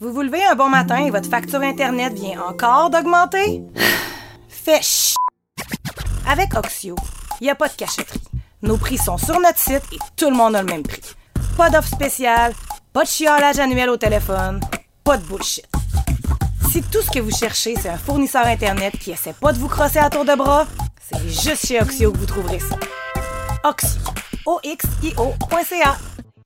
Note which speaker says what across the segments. Speaker 1: Vous vous levez un bon matin et votre facture Internet vient encore d'augmenter? Fait ch... Avec Oxio, il n'y a pas de cachetterie. Nos prix sont sur notre site et tout le monde a le même prix. Pas d'offre spéciale, pas de chiolage annuel au téléphone, pas de bullshit. Si tout ce que vous cherchez, c'est un fournisseur Internet qui essaie pas de vous crosser à tour de bras, c'est juste chez Oxio que vous trouverez ça. Oxio, oxio.ca.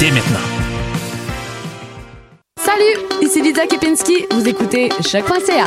Speaker 2: dès maintenant.
Speaker 3: Salut, ici Lydia Kepinski. Vous écoutez Choc.ca.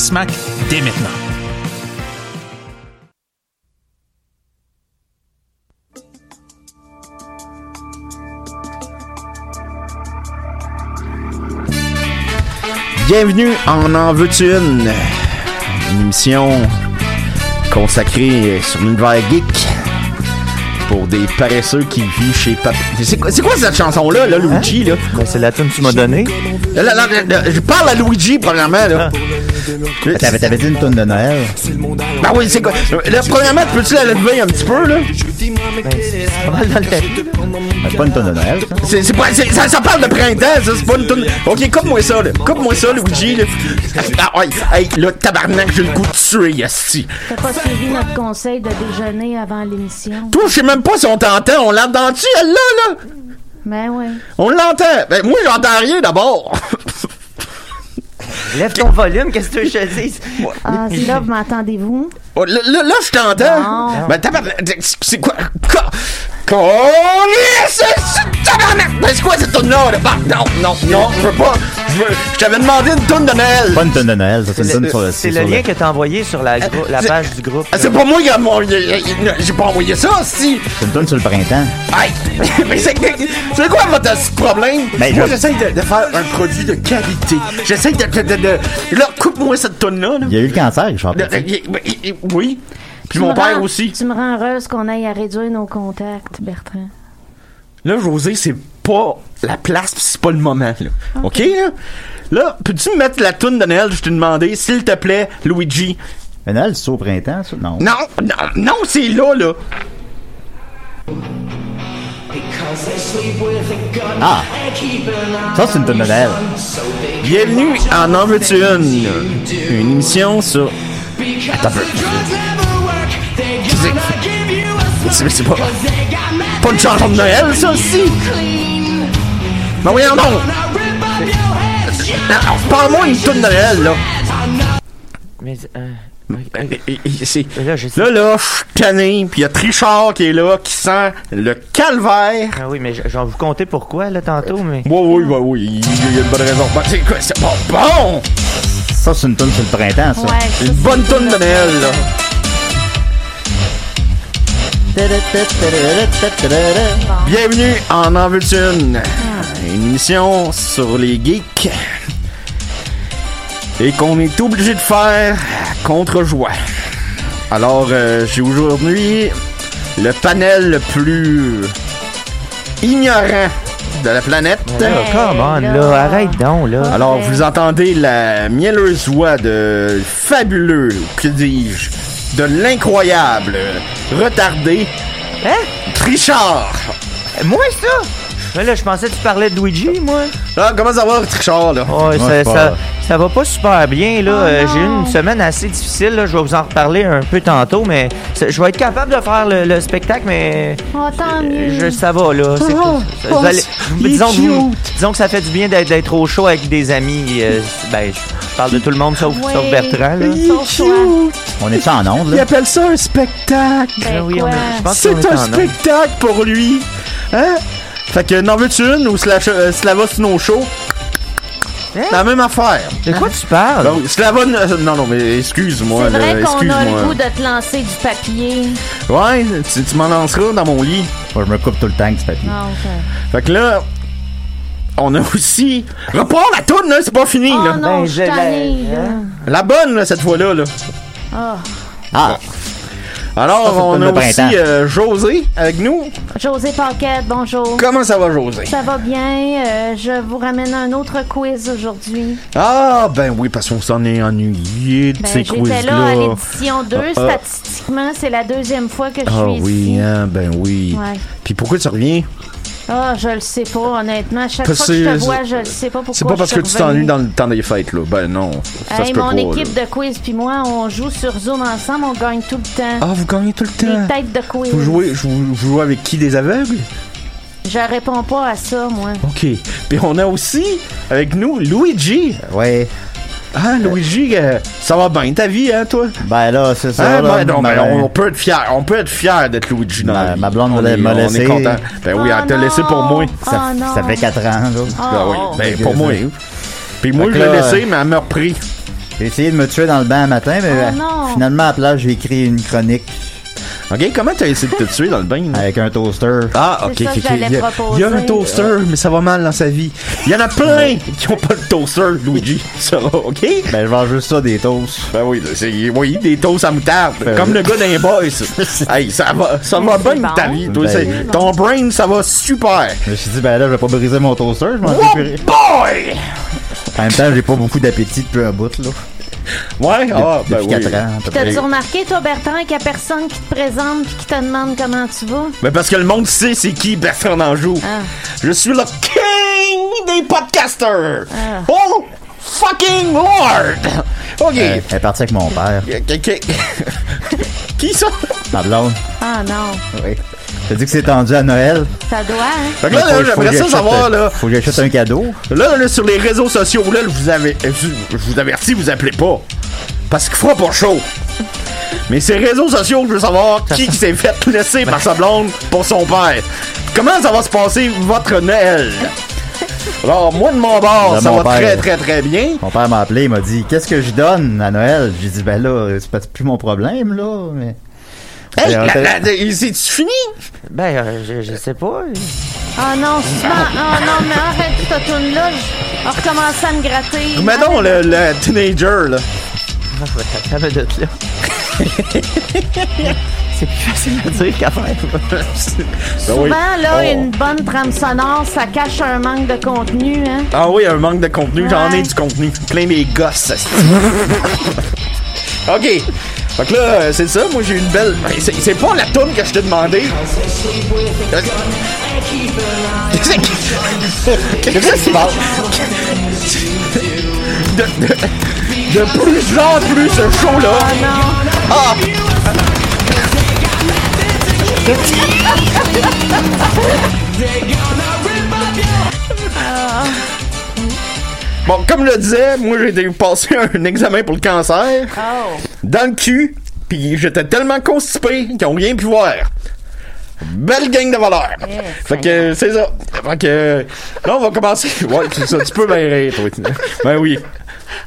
Speaker 2: smac dès maintenant.
Speaker 4: Bienvenue en En veux-tu une? Une émission consacrée sur l'univers geek pour des paresseux qui vivent chez papa. C'est quoi, c'est quoi cette chanson-là, là, Luigi? Là?
Speaker 5: Ben, c'est la tune que tu m'as donnée.
Speaker 4: Là, là, là, là, je parle à Luigi, premièrement. Là.
Speaker 6: T'avais, t'avais dit une tonne de Noël.
Speaker 4: Ben oui, c'est quoi? Là, premièrement, peux-tu la lever un petit peu? là?
Speaker 5: Pas mal dans le tapis.
Speaker 6: C'est pas une tonne de Noël. ça.
Speaker 4: C'est, c'est pas, c'est- ça, ça parle de printemps, ça, c'est pas une toune. Ok, coupe-moi ça, là. Coupe-moi ça, Luigi, là. Ah, ouais. Hey, là, tabarnak, j'ai le goût de tuer, Asti.
Speaker 7: T'as pas suivi notre conseil de déjeuner avant l'émission?
Speaker 4: Toi, je sais même pas si on t'entend. On l'entend-tu, elle, là, là?
Speaker 7: Ben oui.
Speaker 4: On l'entend. Ben, moi, j'entends rien d'abord.
Speaker 5: Lève ton volume, qu'est-ce que tu veux que je te dise?
Speaker 7: Ah, c'est là, vous m'entendez-vous?
Speaker 4: Oh, là, là, là, je t'entends.
Speaker 7: Non.
Speaker 4: Ben, tabarnak, c'est- c'est quoi? Quoi? Colis, c'est c'est- tabarnak! Ben, c'est quoi cette toune-là? là? Ben, non, non, non, je veux pas. Je veux- je t'avais demandé une toune de Noël.
Speaker 6: Pas une tonne de Noël, ça, c'est une
Speaker 5: C'est
Speaker 6: tonne
Speaker 5: le,
Speaker 6: sur le
Speaker 5: c'est
Speaker 6: sur
Speaker 5: le
Speaker 6: le-
Speaker 5: lien que t'as envoyé sur la, grou- la
Speaker 4: c'est-
Speaker 5: page du groupe.
Speaker 4: Ah, C'est
Speaker 5: là.
Speaker 4: pas moi qui a mon- J'ai pas envoyé ça, si.
Speaker 6: C'est une tonne sur le printemps.
Speaker 4: Hey! Mais c'est c'est quoi votre petit problème?
Speaker 6: Ben,
Speaker 4: Moi,
Speaker 6: je-
Speaker 4: j'essaie de, de faire un produit de qualité. J'essaie de, de, de, de- Là, coupe-moi cette tonne-là. là.
Speaker 6: Il y a eu le cancer, Richard.
Speaker 4: De- de- y- y- y- Oui. Puis
Speaker 7: Tu
Speaker 4: mon
Speaker 7: me
Speaker 4: père
Speaker 7: rends-
Speaker 4: aussi.
Speaker 7: Tu me rends heureuse qu'on aille à réduire nos contacts, Bertrand.
Speaker 4: Là, José, c'est pas la place, pis c'est pas le moment. Là. OK, là? Là, peux-tu me mettre la toune de Noël? Je t'ai demandé, s'il te plaît, Luigi.
Speaker 6: Mais Noël, c'est au printemps, ça? Non.
Speaker 4: Non, non, non, c'est là, là.
Speaker 6: Ah! Ça, c'est une tonne de Noël.
Speaker 4: Bienvenue en En veux-tu une? Une émission sur. Attends un peu. C'est- C'est c'est pas. Pas une chanson de Noël, ça aussi! Ben voyons donc! Non, non, Parle-moi une toune de Noël, là!
Speaker 5: Mais, euh,
Speaker 4: Et- et- et c'est-
Speaker 5: Mais là, je sais-
Speaker 4: Là, là, je suis tanné, pis y a Trichard qui est là, qui sent le calvaire.
Speaker 5: ah oui, mais je, je vais vous compter pourquoi, là, tantôt, mais...
Speaker 4: Oui, oui, oui, oui, il y a une bonne raison. Ben, c'est quoi, c'est pas bon!
Speaker 6: Ça, c'est une tonne sur le printemps, ça.
Speaker 7: Ouais. ça,
Speaker 4: Une bonne toune de Noël, là! Bienvenue en En veux-tu une? Une émission sur les geeks et qu'on est obligé de faire contre joie. Alors, euh, j'ai aujourd'hui le panel le plus ignorant de la planète.
Speaker 5: Ah, come on,
Speaker 7: là.
Speaker 5: là, arrête donc, là.
Speaker 4: Alors, vous entendez la mielleuse voix de fabuleux, que dis-je, de l'incroyable, retardé,
Speaker 5: Hein?
Speaker 4: Trichard.
Speaker 5: Moi, ça? Mais là, je pensais que tu parlais de Luigi, moi.
Speaker 4: Là, on commence à voir Richard, là.
Speaker 5: Ouais,
Speaker 6: Ouais,
Speaker 5: ça,
Speaker 6: c'est pas-
Speaker 5: ça, ça va pas super bien, là.
Speaker 7: Oh
Speaker 5: Euh,
Speaker 7: non.
Speaker 5: J'ai eu une semaine assez difficile, là. Je vais vous en reparler un peu tantôt, mais ça- je vais être capable de faire le, le spectacle, mais
Speaker 7: Oh, tant mieux.
Speaker 5: Euh, je, ça va, là. C'est-
Speaker 7: Oh,
Speaker 5: ça- vous
Speaker 7: oh,
Speaker 5: allez-
Speaker 4: il est
Speaker 5: disons, que vous-
Speaker 4: cute.
Speaker 5: disons que ça fait du bien d'être d'être au show avec des amis. euh, c'est- ben, je parle de tout le monde sauf,
Speaker 7: Ouais.
Speaker 5: sauf Bertrand, là.
Speaker 7: Son choix.
Speaker 6: On est en onde,
Speaker 4: Il
Speaker 6: là?
Speaker 4: appelle ça un spectacle.
Speaker 5: Ah
Speaker 7: Ben
Speaker 5: oui, on
Speaker 7: quoi?
Speaker 5: est- je pense qu'on
Speaker 4: C'est
Speaker 5: est
Speaker 4: un
Speaker 5: en onde.
Speaker 4: spectacle pour lui. Hein? Fait que n'en veux-tu une ou Slava euh, Slava Snow Show?
Speaker 5: Hein?
Speaker 4: C'est la même affaire.
Speaker 5: De quoi tu parles?
Speaker 4: Donc, Slava... euh, Non, non, mais excuse-moi.
Speaker 7: C'est vrai
Speaker 4: là,
Speaker 7: qu'on a le
Speaker 4: excuse-moi.
Speaker 7: goût de te lancer du papier.
Speaker 4: Ouais, tu, tu m'en lanceras dans mon lit.
Speaker 6: Moi, je me coupe tout le temps avec ce papier.
Speaker 7: Non, ok.
Speaker 4: Fait que là, on a aussi... Repars la toune, là, c'est pas fini,
Speaker 7: Oh
Speaker 4: là.
Speaker 7: non,
Speaker 5: Ben,
Speaker 7: je
Speaker 5: je-
Speaker 7: suis tannée, là.
Speaker 4: La bonne, là, cette fois-là, là.
Speaker 7: Ah.
Speaker 6: Ah! Ça, c'est
Speaker 4: Alors, on
Speaker 6: une
Speaker 4: a
Speaker 6: toune de
Speaker 4: aussi
Speaker 6: printemps.
Speaker 4: euh, José avec nous.
Speaker 7: José Paquette, bonjour.
Speaker 4: Comment ça va, José?
Speaker 7: Ça va bien? Euh, je vous ramène un autre quiz aujourd'hui.
Speaker 4: Ah, ben oui, parce qu'on s'en est ennuyé de
Speaker 7: Ben,
Speaker 4: ces
Speaker 7: J'étais là à
Speaker 4: quiz-là.
Speaker 7: l'édition 2.
Speaker 4: ah.
Speaker 7: Statistiquement, c'est la deuxième fois que je
Speaker 4: Ah
Speaker 7: suis
Speaker 4: oui,
Speaker 7: ici.
Speaker 4: hein, ben oui.
Speaker 7: Ouais.
Speaker 4: Puis pourquoi tu reviens?
Speaker 7: Ah, je le sais pas, honnêtement. À Chaque
Speaker 4: Parce
Speaker 7: fois que je
Speaker 4: que
Speaker 7: te
Speaker 4: c'est-
Speaker 7: vois, je le sais pas pourquoi.
Speaker 4: C'est pas
Speaker 7: je
Speaker 4: parce
Speaker 7: suis
Speaker 4: que tu t'ennuies
Speaker 7: revenue.
Speaker 4: dans le temps des fêtes, là. Ben non, ça
Speaker 7: Hey,
Speaker 4: se peut
Speaker 7: mon
Speaker 4: pas.
Speaker 7: équipe
Speaker 4: là.
Speaker 7: de quiz puis moi, on joue sur Zoom ensemble, on gagne tout le temps.
Speaker 4: Ah, vous gagnez tout le
Speaker 7: Des
Speaker 4: temps.
Speaker 7: têtes de quiz.
Speaker 4: Vous jouez, je vous, vous jouez avec qui? Des aveugles?
Speaker 7: Je réponds pas à ça, moi.
Speaker 4: OK. Puis on a aussi avec nous Luigi.
Speaker 6: Ouais.
Speaker 4: Ah, Luigi, euh, ça va bien ta vie, hein, toi?
Speaker 6: Ben là, c'est ça.
Speaker 4: Ah,
Speaker 6: là,
Speaker 4: ben, non,
Speaker 6: ma-
Speaker 4: ben, on, on peut être fier. On peut être fier d'être Luigi dans
Speaker 6: Ma-
Speaker 4: la vie.
Speaker 6: ma blonde
Speaker 4: On
Speaker 6: m'a
Speaker 4: est-
Speaker 6: m'a
Speaker 4: On est
Speaker 6: laissé.
Speaker 4: content. Ben oui,
Speaker 7: Oh
Speaker 4: elle t'a
Speaker 7: non!
Speaker 4: laissé pour moi.
Speaker 6: ça,
Speaker 7: Oh non.
Speaker 6: ça fait 4 ans, là.
Speaker 4: Ben oui,
Speaker 7: Oh.
Speaker 4: ben pour moi. Puis moi,
Speaker 6: Fait
Speaker 4: je
Speaker 6: que
Speaker 4: l'ai
Speaker 6: là,
Speaker 4: laissé, mais elle m'a repris.
Speaker 6: J'ai essayé de me tuer dans le bain un matin, mais
Speaker 7: Oh
Speaker 6: euh,
Speaker 7: non.
Speaker 6: finalement, à la place, j'ai écrit une chronique
Speaker 4: OK, comment t'as essayé de te tuer dans le bain? là?
Speaker 6: avec un toaster.
Speaker 4: Ah, ok,
Speaker 7: C'est ça
Speaker 4: ok,
Speaker 7: que
Speaker 4: ok.
Speaker 7: j'allais
Speaker 4: Il y a- Il y a un
Speaker 7: proposer.
Speaker 4: toaster, mais ça va mal dans sa vie. Il y en a plein qui ont pas de toaster, Luigi. Ça va, ok?
Speaker 6: Ben, je vends juste ça des toasts.
Speaker 4: Ben oui, là, c'est, oui, des toasts à moutarde.
Speaker 6: Ben
Speaker 4: comme le gars d'un boys. hey, ça va, ça va
Speaker 7: c'est
Speaker 4: bien
Speaker 7: bon.
Speaker 4: ta vie. toi,
Speaker 6: Ben
Speaker 4: c'est-
Speaker 6: oui.
Speaker 4: ton brain, ça va super.
Speaker 6: Je me suis dit, ben là, je vais pas briser mon toaster, je m'en
Speaker 4: Oh
Speaker 6: suis
Speaker 4: boy!
Speaker 6: En même temps, j'ai pas beaucoup d'appétit depuis un bout, là.
Speaker 4: Ouais, ah, ben
Speaker 6: depuis
Speaker 4: oui.
Speaker 6: 4 ans, à peu
Speaker 7: Puis T'as-tu
Speaker 6: près.
Speaker 7: remarqué, toi, Bertrand, qu'il y a personne qui te présente puis qui te demande comment tu vas?
Speaker 4: Mais parce que le monde sait c'est qui Bertrand Anjou.
Speaker 7: Ah.
Speaker 4: Je suis le king des podcasters.
Speaker 7: Ah.
Speaker 4: Oh fucking lord! Ok.
Speaker 6: Elle elle est partie avec mon père,
Speaker 4: Qui- qui- Qui ça?
Speaker 6: ma blonde.
Speaker 7: Ah non,
Speaker 6: Oui. T'as dit que c'est tendu à Noël?
Speaker 7: ça doit, hein?
Speaker 4: Fait que là,
Speaker 6: Faut-
Speaker 4: là,
Speaker 6: faut
Speaker 4: j'aimerais
Speaker 6: que
Speaker 4: ça
Speaker 6: j'achète,
Speaker 4: savoir,
Speaker 6: euh,
Speaker 4: là.
Speaker 6: Faut que j'achète un cadeau.
Speaker 4: Là, là, sur les réseaux sociaux, là, vous avez, je vous avertis, vous appelez pas. Parce qu'il fera pas chaud. Mais ces réseaux sociaux, je veux savoir qui, qui s'est fait laisser par sa blonde pour son père. Comment ça va se passer votre Noël? Alors, moi de mon bord,
Speaker 6: De
Speaker 4: ça
Speaker 6: mon
Speaker 4: va très
Speaker 6: père.
Speaker 4: très très bien.
Speaker 6: Mon père m'a appelé, il m'a dit Qu'est-ce que je donne à Noël J'ai dit Ben là, c'est pas plus mon problème, là. Mais...
Speaker 4: Hey,
Speaker 6: Euh,
Speaker 4: la-
Speaker 6: t'as-
Speaker 4: la- la- c'est-tu fini?
Speaker 5: Ben, euh, je, je sais pas.
Speaker 7: Ah non, souvent, ah non, mais arrête cette tourne-là, je on recommence à me gratter. Hein?
Speaker 4: Mettons le, le teenager, là.
Speaker 5: Ça me doute, là. c'est plus facile à dire qu'à faire.
Speaker 4: Ben
Speaker 7: Souvent,
Speaker 4: oui.
Speaker 7: là,
Speaker 4: Oh.
Speaker 7: une bonne trame sonore, ça cache un manque de contenu, hein?
Speaker 4: Ah oui, un manque de contenu. J'en ai
Speaker 7: Ouais.
Speaker 4: du contenu. Plein mes gosses. ok. Fait que là, euh, c'est ça. Moi, j'ai une belle. Ben, C'est c'est pas la toune que je t'ai demandé. Euh, Qu'est-ce que- Qu'est-ce que tu parles? De, de, de plus en plus ce show-là. Ah! Bon, comme je le disais, moi j'ai dû passer un examen pour le cancer. Dans le cul, puis j'étais tellement constipé qu'ils ont rien pu voir. Belle gang de voleurs. fait que c'est ça. Fait que là on va commencer. Ouais, c'est ça. Tu peux bien rire, toi. Ben oui.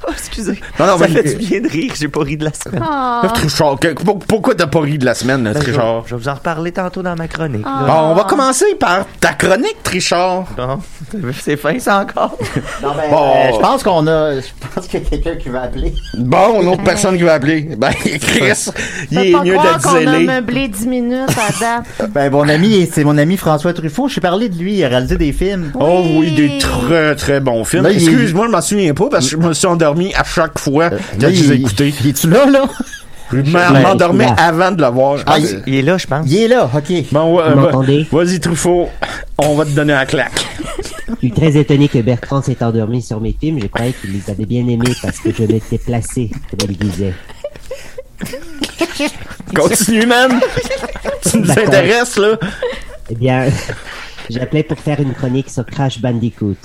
Speaker 5: Oh, excusez.
Speaker 4: Non, non,
Speaker 5: ça
Speaker 4: mais-
Speaker 5: fait du bien de rire, j'ai pas ri de la semaine.
Speaker 7: Ah,
Speaker 4: Trichard, que- pour- pourquoi t'as pas ri de la semaine,
Speaker 5: Ben, je, Ah.
Speaker 4: Trichard?
Speaker 5: vais- je vais vous en reparler tantôt dans ma chronique.
Speaker 7: Ah.
Speaker 5: là.
Speaker 4: Bon, on va commencer par ta chronique, Trichard.
Speaker 5: Bon, c'est fin, ça encore.
Speaker 6: Non, ben,
Speaker 4: Bon.
Speaker 6: euh, je pense qu'on a. Je pense qu'il y a quelqu'un qui va appeler.
Speaker 4: Bon, l'autre personne qui va appeler. Ben, Chris, il
Speaker 7: faut
Speaker 4: est
Speaker 7: pas
Speaker 4: mieux
Speaker 7: croire
Speaker 4: d'être
Speaker 7: qu'on a
Speaker 4: zélé.
Speaker 7: meublé 10 minutes à date.
Speaker 6: Ben, mon ami, c'est mon ami François Truffaut. Je t'ai parlé de lui. Il a réalisé des films.
Speaker 4: Oh oui,
Speaker 7: Oui.
Speaker 4: des très très bons films.
Speaker 6: Là, il-
Speaker 4: Excuse-moi, je m'en souviens pas parce que je me suis endormi à chaque fois que
Speaker 6: Là,
Speaker 4: je les
Speaker 6: Ben, il-
Speaker 4: ai écoutés.
Speaker 6: Il est-tu là, là?
Speaker 4: Je m'en- m'endormais avant de le voir. Je pense.
Speaker 5: Ah, Il est là, je pense.
Speaker 6: Il est là, ok.
Speaker 4: Ah, Bon, ouais,
Speaker 8: Vous
Speaker 4: va-
Speaker 8: m'entendez?
Speaker 4: vas-y Truffaut, on va te donner la claque.
Speaker 8: Je suis très étonné que Bertrand s'est endormi sur mes films. Je croyais qu'il les avait bien aimés parce que je m'étais placé, comme il disait.
Speaker 4: Continue, man. tu nous
Speaker 8: D'accord.
Speaker 4: intéresses, là.
Speaker 8: Eh bien, j'appelais pour faire une chronique sur Crash Bandicoot.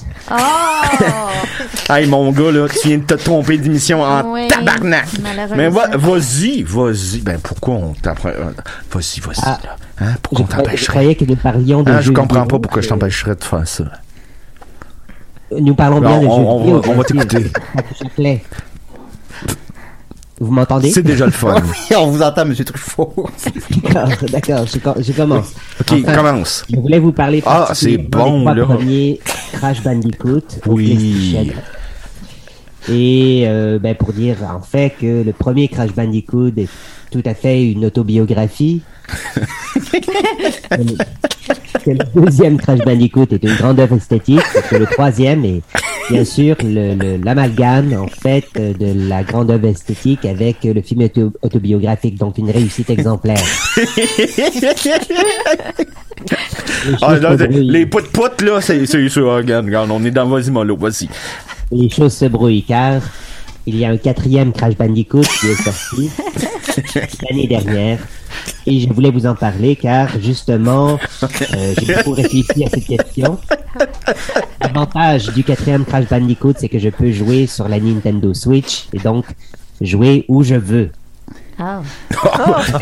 Speaker 4: Hey, mon gars, là, tu viens de te tromper d'émission en
Speaker 7: Oui,
Speaker 4: tabarnak.
Speaker 7: malheureusement.
Speaker 4: Mais va- vas-y, vas-y. Ben, pourquoi on t'apprend... euh, Vas-y, vas-y,
Speaker 8: Ah.
Speaker 4: là. Hein,
Speaker 8: Je,
Speaker 4: pourquoi on
Speaker 8: croyais- je
Speaker 4: t'empêcherait?
Speaker 8: croyais que nous parlions de
Speaker 4: Hein, je
Speaker 8: jeux
Speaker 4: comprends
Speaker 8: vidéo,
Speaker 4: pas pourquoi je
Speaker 8: mais
Speaker 4: t'empêcherais de faire ça.
Speaker 8: Euh, Nous parlons
Speaker 4: Bon,
Speaker 8: bien de
Speaker 4: Ben, on-
Speaker 8: jeux
Speaker 4: on
Speaker 8: vidéo.
Speaker 4: va- on va
Speaker 8: bien sûr.
Speaker 4: t'écouter.
Speaker 8: Ça te châtelait. Vous m'entendez
Speaker 4: C'est déjà le fun.
Speaker 6: Oui, on vous entend, monsieur Truffaut.
Speaker 8: D'accord, d'accord, je, com- je commence.
Speaker 4: OK,
Speaker 8: Enfin,
Speaker 4: commence.
Speaker 8: Je voulais vous parler
Speaker 4: Ah,
Speaker 8: particulièrement
Speaker 4: c'est bon,
Speaker 8: des trois
Speaker 4: là.
Speaker 8: premiers Crash Bandicoot au
Speaker 4: Oui.
Speaker 8: PlayStation. Et euh, ben, pour dire en fait que le premier Crash Bandicoot est tout à fait une autobiographie. Euh, que le deuxième Crash Bandicoot est une grande œuvre esthétique. et Que le troisième est bien sûr le- le- l'amalgame en fait euh, de la grande œuvre esthétique avec euh, le film auto- autobiographique, donc une réussite exemplaire. Les
Speaker 4: Ah,
Speaker 8: choses
Speaker 4: là,
Speaker 8: se
Speaker 4: c'est-
Speaker 8: brouillent.
Speaker 4: les pout-pout, là, c'est c'est sûr. Ah, Regarde, regarde, on est dans Vas-y, mollo, vas-y.
Speaker 8: les choses se brouillent car il y a un quatrième Crash Bandicoot qui est sorti l'année dernière et je voulais vous en parler car justement euh, j'ai beaucoup réfléchi à cette question. L'avantage du quatrième Crash Bandicoot c'est que je peux jouer sur la Nintendo Switch et donc jouer où je veux.
Speaker 7: Ah.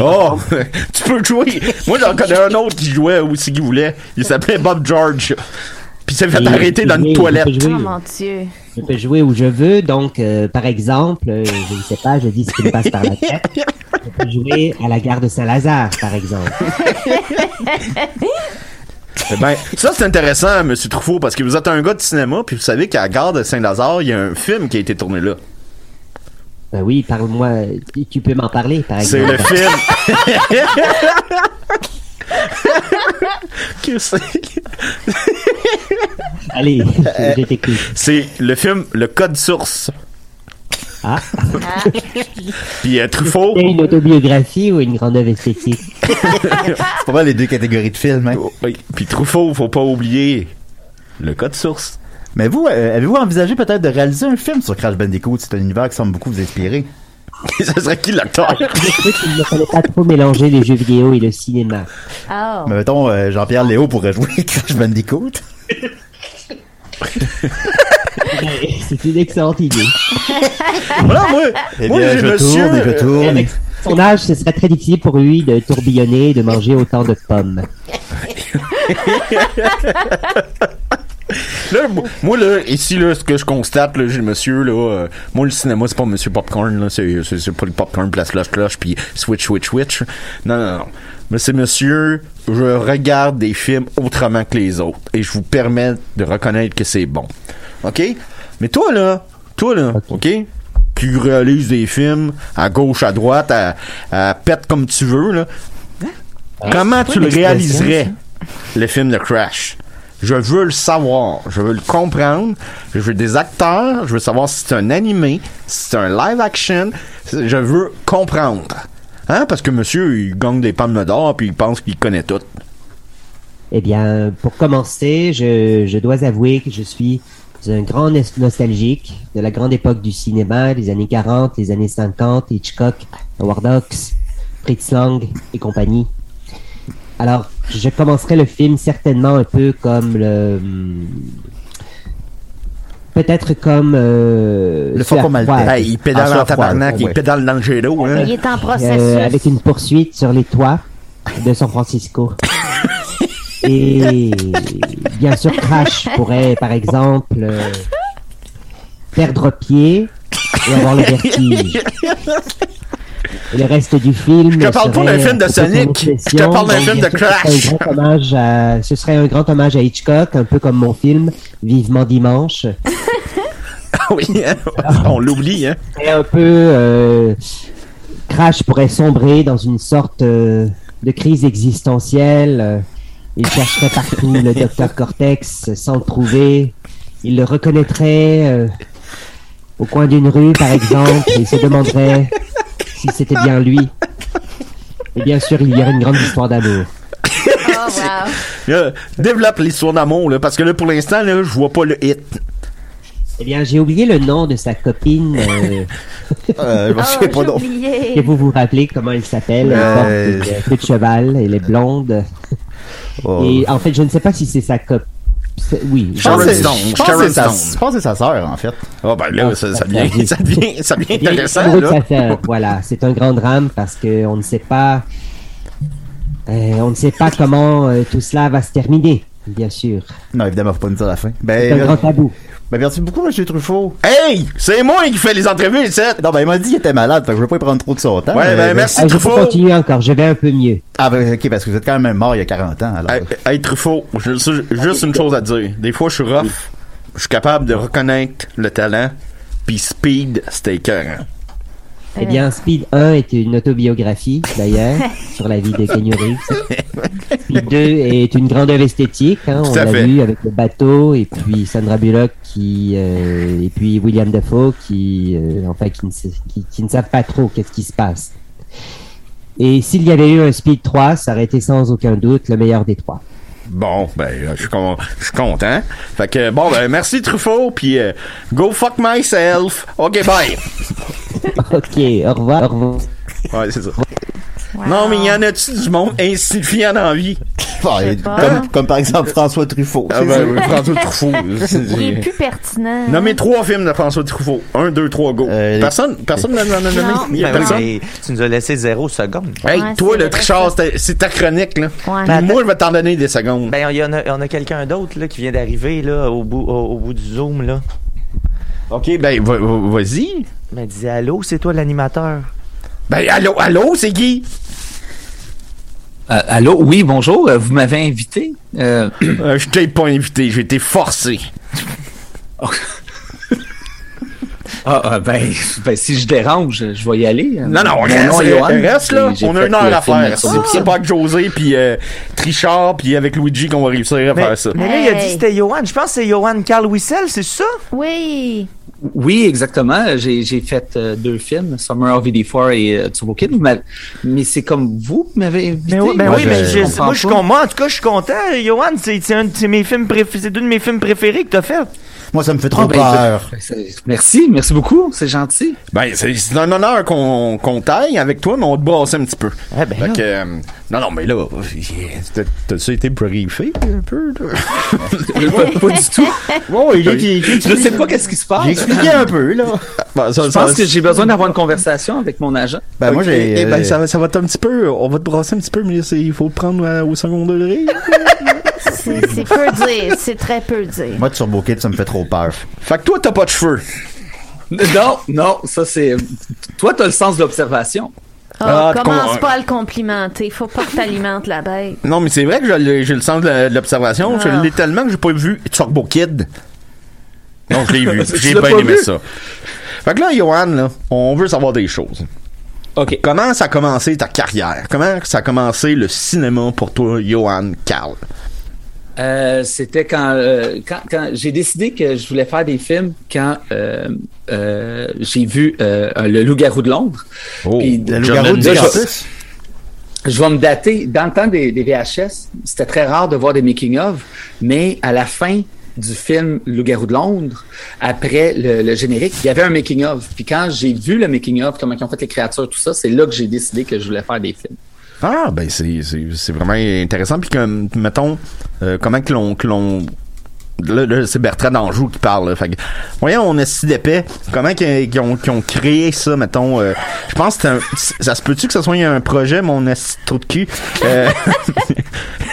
Speaker 4: Oh, tu peux jouer. Moi, j'en connais un autre qui jouait aussi qu'il voulait. Il s'appelait Bob George. Puis il s'est fait
Speaker 8: Et-
Speaker 4: arrêter dans
Speaker 8: et
Speaker 4: une
Speaker 8: je peux
Speaker 4: toilette.
Speaker 8: jouer-
Speaker 7: Oh mon Dieu.
Speaker 8: Je peux jouer où je veux, donc euh, par exemple, euh, je ne sais pas, je dis ce qui me passe par la tête. Je peux jouer à la gare de Saint-Lazare, par exemple.
Speaker 4: Eh Ben, ça, c'est intéressant, Monsieur Truffaut, parce que vous êtes un gars de cinéma, puis vous savez qu'à la gare de Saint-Lazare, il y a un film qui a été tourné là.
Speaker 8: Ben oui, parle-moi, tu- tu peux m'en parler, par
Speaker 4: C'est
Speaker 8: exemple.
Speaker 4: le film. Que c'est?
Speaker 8: Allez, je je t'écoute.
Speaker 4: c'est le film Le Code Source.
Speaker 8: Ah.
Speaker 4: Puis euh, Truffaut,
Speaker 8: C'est une autobiographie ou une grande œuvre esthétique
Speaker 6: C'est pas mal les deux catégories de films, hein.
Speaker 4: oui, puis Truffaut, faut pas oublier Le Code Source.
Speaker 6: Mais vous, euh, avez-vous envisagé peut-être de réaliser un film sur Crash Bandicoot? C'est un univers qui semble beaucoup vous inspirer.
Speaker 4: Ce serait qui l'acteur?
Speaker 8: Je sais qu'il ne fallait pas trop mélanger les jeux vidéo et le cinéma.
Speaker 7: Oh.
Speaker 6: Mais mettons, euh, Jean-Pierre Léo pourrait jouer Crash Bandicoot.
Speaker 8: Mais C'est une excellente idée.
Speaker 4: Voilà, moi,
Speaker 6: Eh
Speaker 4: moi,
Speaker 6: bien,
Speaker 4: j'ai
Speaker 6: je
Speaker 4: monsieur, euh,
Speaker 6: tourne et je
Speaker 8: Et
Speaker 6: tourne.
Speaker 8: avec son âge, ce serait très difficile pour lui de tourbillonner et de manger autant de pommes.
Speaker 4: Là, m- moi, là, ici, là, ce que je constate, là, j'ai le monsieur, là, euh, moi, le cinéma, c'est pas monsieur Popcorn, là, c'est, c'est, c'est pas le Popcorn, place cloche, cloche, puis switch, switch, switch. Non, non, non. Mais c'est monsieur, je regarde des films autrement que les autres, et je vous permets de reconnaître que c'est bon. OK? Mais toi, là, toi, là, OK? Tu réalises des films à gauche, à droite, à, à pète comme tu veux, là. Comment tu le réaliserais, le film de Crash? Je veux le savoir, je veux le comprendre, je veux des acteurs, je veux savoir si c'est un animé, si c'est un live action, je veux comprendre. Hein? Parce que monsieur, il gagne des palmes d'or puis il pense qu'il connaît tout.
Speaker 8: Eh bien, pour commencer, je, je dois avouer que je suis un grand nos- nostalgique de la grande époque du cinéma, les années 40, les années 50, Hitchcock, Howard Hawks, Fritz Lang et compagnie. Alors, je commencerai le film certainement un peu comme le... Peut-être comme... euh,
Speaker 6: Le
Speaker 8: Sueur
Speaker 6: Faucon Maltais.
Speaker 8: froide.
Speaker 4: Hey, il pédale
Speaker 6: Ah,
Speaker 4: en
Speaker 6: ça,
Speaker 4: tabarnak,
Speaker 6: ouais.
Speaker 4: il pédale dans le jet d'eau, hein?
Speaker 7: Il est en processus.
Speaker 8: Euh, avec une poursuite sur les toits de San Francisco. Et bien sûr, Crash pourrait, par exemple, euh, perdre pied et avoir le vertige. Et le reste du film.
Speaker 4: Je te parle pas
Speaker 8: serait
Speaker 4: d'un film de
Speaker 8: complètement
Speaker 4: Sonic.
Speaker 8: obsession.
Speaker 4: Je te parle d'un
Speaker 8: Donc,
Speaker 4: film
Speaker 8: bien
Speaker 4: de
Speaker 8: sûr, ce serait un
Speaker 4: Crash.
Speaker 8: grand hommage à- ce serait un grand hommage à Hitchcock, un peu comme mon film, Vivement Dimanche.
Speaker 4: Ah oui, hein? on l'oublie, hein?
Speaker 8: Et un peu euh, Crash pourrait sombrer dans une sorte euh, de crise existentielle. euh, Il chercherait partout le docteur Cortex euh, sans le trouver. Il le reconnaîtrait euh, au coin d'une rue, par exemple. et Il se demanderait si c'était bien lui. Et bien sûr, il y aurait une grande histoire d'amour.
Speaker 7: Oh, wow.
Speaker 4: Là, développe l'histoire d'amour, là, parce que là, pour l'instant, là, je vois pas le hit.
Speaker 8: Eh bien, j'ai oublié le nom de sa copine. euh,
Speaker 6: Euh,
Speaker 7: Oh,
Speaker 6: je sais
Speaker 7: j'ai
Speaker 6: pas non.
Speaker 8: que
Speaker 7: oublié.
Speaker 8: vous vous rappelez comment elle s'appelle. Elle porte
Speaker 6: Euh,
Speaker 8: des, euh, queues de cheval, elle est blonde.
Speaker 6: Oh.
Speaker 8: Et en fait, je ne sais pas si c'est sa copine. Oui,
Speaker 6: Je pense que c'est-
Speaker 4: Sharon
Speaker 6: je
Speaker 4: Stone,
Speaker 6: pense que
Speaker 4: Sharon
Speaker 6: c'est sa-
Speaker 4: Stone.
Speaker 6: je pense que c'est sa sœur, en fait.
Speaker 4: Ah, ben là, ça, ça devient, ça devient, ça devient
Speaker 8: Il y a une
Speaker 4: intéressant,
Speaker 8: chambre de
Speaker 4: là.
Speaker 8: sa sœur, Voilà, c'est un grand drame parce que on ne sait pas, euh, on ne sait pas comment euh, tout cela va se terminer. Bien sûr,
Speaker 6: Non, évidemment, faut pas nous dire la fin.
Speaker 8: c'est un
Speaker 6: Ben,
Speaker 8: grand
Speaker 6: mer-
Speaker 8: tabou.
Speaker 6: ben, merci beaucoup, monsieur Truffaut.
Speaker 4: Hey! C'est moi qui fais les entrevues, c'est...
Speaker 6: Non, ben, il m'a dit qu'il était malade, fait que je veux pas y prendre trop de son temps.
Speaker 4: Ouais,
Speaker 6: mais-
Speaker 4: ben, merci. C'est
Speaker 8: Ah, je peux
Speaker 4: Truffaut.
Speaker 8: continuer encore. Je vais un peu mieux.
Speaker 6: Ah, ben, ok, parce que vous êtes quand même mort il y a 40 ans, alors.
Speaker 4: Hey, hey, Truffaut, je- je- juste une chose à te dire. Des fois, je suis rough. Je suis capable de reconnaître le talent. Puis Speed, c'était écœurant.
Speaker 8: Eh bien, Speed 1 est une autobiographie, d'ailleurs, sur la vie de Kenny Reeves. Speed 2 est une grande œuvre esthétique. hein, on
Speaker 4: Tout à
Speaker 8: l'a
Speaker 4: fait.
Speaker 8: vu avec le bateau, et puis Sandra Bullock, qui, euh, et puis William Dafoe, qui, euh, enfin, qui ne, sa- qui- qui ne savent pas trop qu'est-ce qui se passe. Et s'il y avait eu un Speed 3, ça aurait été sans aucun doute le meilleur des trois.
Speaker 4: Bon, ben, je suis con- je suis content. Fait que, bon, ben, merci Truffaut. Puis, euh, go fuck myself. OK, bye.
Speaker 8: Ok, au revoir, au revoir.
Speaker 4: ouais, c'est ça. Non, mais il y en a-tu du monde insignifiant dans la vie?
Speaker 6: Bon, et-
Speaker 7: pas.
Speaker 6: comme, comme par exemple François Truffaut.
Speaker 4: Ah,
Speaker 6: c'est
Speaker 9: bah
Speaker 4: ben,
Speaker 6: ça.
Speaker 4: oui, François Truffaut.
Speaker 7: Il est plus pertinent.
Speaker 4: Nommez trois films de François Truffaut. Un, deux, trois, go.
Speaker 6: Euh,
Speaker 4: personne, personne n'en a nommé.
Speaker 7: Non.
Speaker 4: Il y
Speaker 5: Ben
Speaker 4: a
Speaker 5: oui,
Speaker 4: personne.
Speaker 5: mais tu nous as laissé zéro seconde.
Speaker 4: Hey,
Speaker 7: Ouais,
Speaker 4: toi,
Speaker 7: c'est
Speaker 4: le
Speaker 7: vrai,
Speaker 4: trichard,
Speaker 7: ça.
Speaker 4: c'est c'est ta chronique, là.
Speaker 7: Ouais.
Speaker 4: Puis moi, je vais t'en donner des secondes.
Speaker 5: Ben, il y en a, il y en a quelqu'un d'autre là, qui vient d'arriver là, au, bout, au, au bout du Zoom. Là.
Speaker 4: OK, ben, va- va- vas-y.
Speaker 5: Il m'a dit Allô, c'est toi l'animateur.
Speaker 4: Ben, allô, allô, c'est qui?
Speaker 9: Euh, allô, oui, bonjour, euh, vous m'avez invité. Euh,
Speaker 4: Euh, je t'ai pas invité, j'ai été forcé.
Speaker 9: ah, ah, ben, ben, si je dérange, je vais y aller. Euh,
Speaker 4: Non, non,
Speaker 9: mon
Speaker 4: reste,
Speaker 9: nom est Johan,
Speaker 4: reste là.
Speaker 9: et j'ai
Speaker 4: On a
Speaker 9: fait
Speaker 4: une heure
Speaker 9: le
Speaker 4: à
Speaker 9: film
Speaker 4: faire.
Speaker 9: sur
Speaker 4: C'est
Speaker 9: l'épisode.
Speaker 4: c'est pas avec José, puis euh, Trichard, puis avec Luigi qu'on va réussir à
Speaker 5: Mais,
Speaker 4: faire ça.
Speaker 5: mais là, il a dit
Speaker 7: Hey.
Speaker 5: c'était Johan. Je pense que c'est Johan Carl Wissel, c'est ça?
Speaker 7: Oui.
Speaker 9: Oui, exactement. J'ai j'ai fait euh, deux films, Summer of 84 et euh, Turbo Kid. Vous m'avez- Mais c'est comme vous qui m'avez invité.
Speaker 5: Mais oui, mais,
Speaker 9: Moi,
Speaker 5: Ben oui, mais
Speaker 9: je
Speaker 5: je-
Speaker 9: comprends
Speaker 5: moi, je suis
Speaker 9: pas.
Speaker 5: con- moi, en tout cas, je suis content. Johan, c'est c'est un de c'est mes films préférés. C'est deux de mes films préférés que t'as fait.
Speaker 6: Moi, ça me fait
Speaker 9: Ah,
Speaker 6: trop
Speaker 9: ben,
Speaker 6: peur.
Speaker 9: c'est- Merci, merci beaucoup, c'est gentil.
Speaker 4: Ben, c'est c'est un honneur qu'on qu'on taille avec toi, mais on te brasse un petit peu.
Speaker 5: Eh ben,
Speaker 4: Fait
Speaker 5: là.
Speaker 4: que, euh, non, non, mais là, t'as- t'as-tu été briefé un peu? là?
Speaker 9: pas, pas du tout.
Speaker 6: Oh, il est- il est-
Speaker 9: Je sais pas qu'est-ce qui se
Speaker 6: J'ai
Speaker 9: passe.
Speaker 6: expliqué un peu, là.
Speaker 4: Ben, ça-
Speaker 9: Je
Speaker 4: ça-
Speaker 9: pense que j'ai besoin d'avoir une conversation avec mon agent.
Speaker 6: Ben, moi,
Speaker 4: Ok,
Speaker 6: j'ai.
Speaker 4: eh ben,
Speaker 6: euh,
Speaker 4: ça, va- ça va être un petit peu. On va te brasser un petit peu, mais c'est- il faut le prendre à- au second degré.
Speaker 7: C'est c'est peu dire. C'est très peu dire.
Speaker 6: Moi, Turbo Kid, ça me fait trop peur.
Speaker 4: fait que toi, t'as pas de cheveux.
Speaker 9: Non, non, ça c'est. Toi, t'as le sens de l'observation.
Speaker 7: Oh,
Speaker 4: Ah,
Speaker 7: commence
Speaker 4: con-
Speaker 7: pas à le complimenter. Faut pas que t'alimentes la bête.
Speaker 4: Non, mais c'est vrai que je l'ai- j'ai le sens de la- de l'observation. Je
Speaker 7: Ah.
Speaker 4: l'ai tellement que j'ai pas vu Turbo Kid. Non, je l'ai vu.
Speaker 9: Tu
Speaker 4: j'ai
Speaker 9: l'as
Speaker 4: bien
Speaker 9: pas
Speaker 4: aimé
Speaker 9: vu?
Speaker 4: ça. Fait que là, Johan, là, on veut savoir des choses.
Speaker 9: OK.
Speaker 4: Comment ça a commencé ta carrière? Comment ça a commencé le cinéma pour toi, Johan Carl?
Speaker 9: Euh, C'était quand, euh, quand, quand j'ai décidé que je voulais faire des films quand euh, euh, j'ai vu euh, Le Loup-garou de Londres.
Speaker 4: Oh,
Speaker 9: Puis,
Speaker 6: Le
Speaker 9: je vais
Speaker 6: loup-garou
Speaker 9: me
Speaker 6: de
Speaker 9: dire-
Speaker 6: Justice.
Speaker 9: Je vais me dater. Dans le temps des, des VHS, c'était très rare de voir des making-of, mais à la fin du film Loup-garou de Londres, après le, le générique, il y avait un making-of. Puis quand j'ai vu le making-of, comment ils ont fait les créatures, tout ça, c'est là que j'ai décidé que je voulais faire des films.
Speaker 4: Ah, ben c'est, c'est, c'est vraiment intéressant. Puis, comme, mettons, euh, comment que l'on... que l'on- Là, là, c'est Bertrand d'Anjou qui parle. là. Fait que, voyons, on est si d'épais. Comment qu'ils qu'ils ont, qu'ils ont créé ça, mettons... euh, je pense que c'est un- c'est- ça se peut-tu que ce soit un projet, mon esti de trou de cul, euh,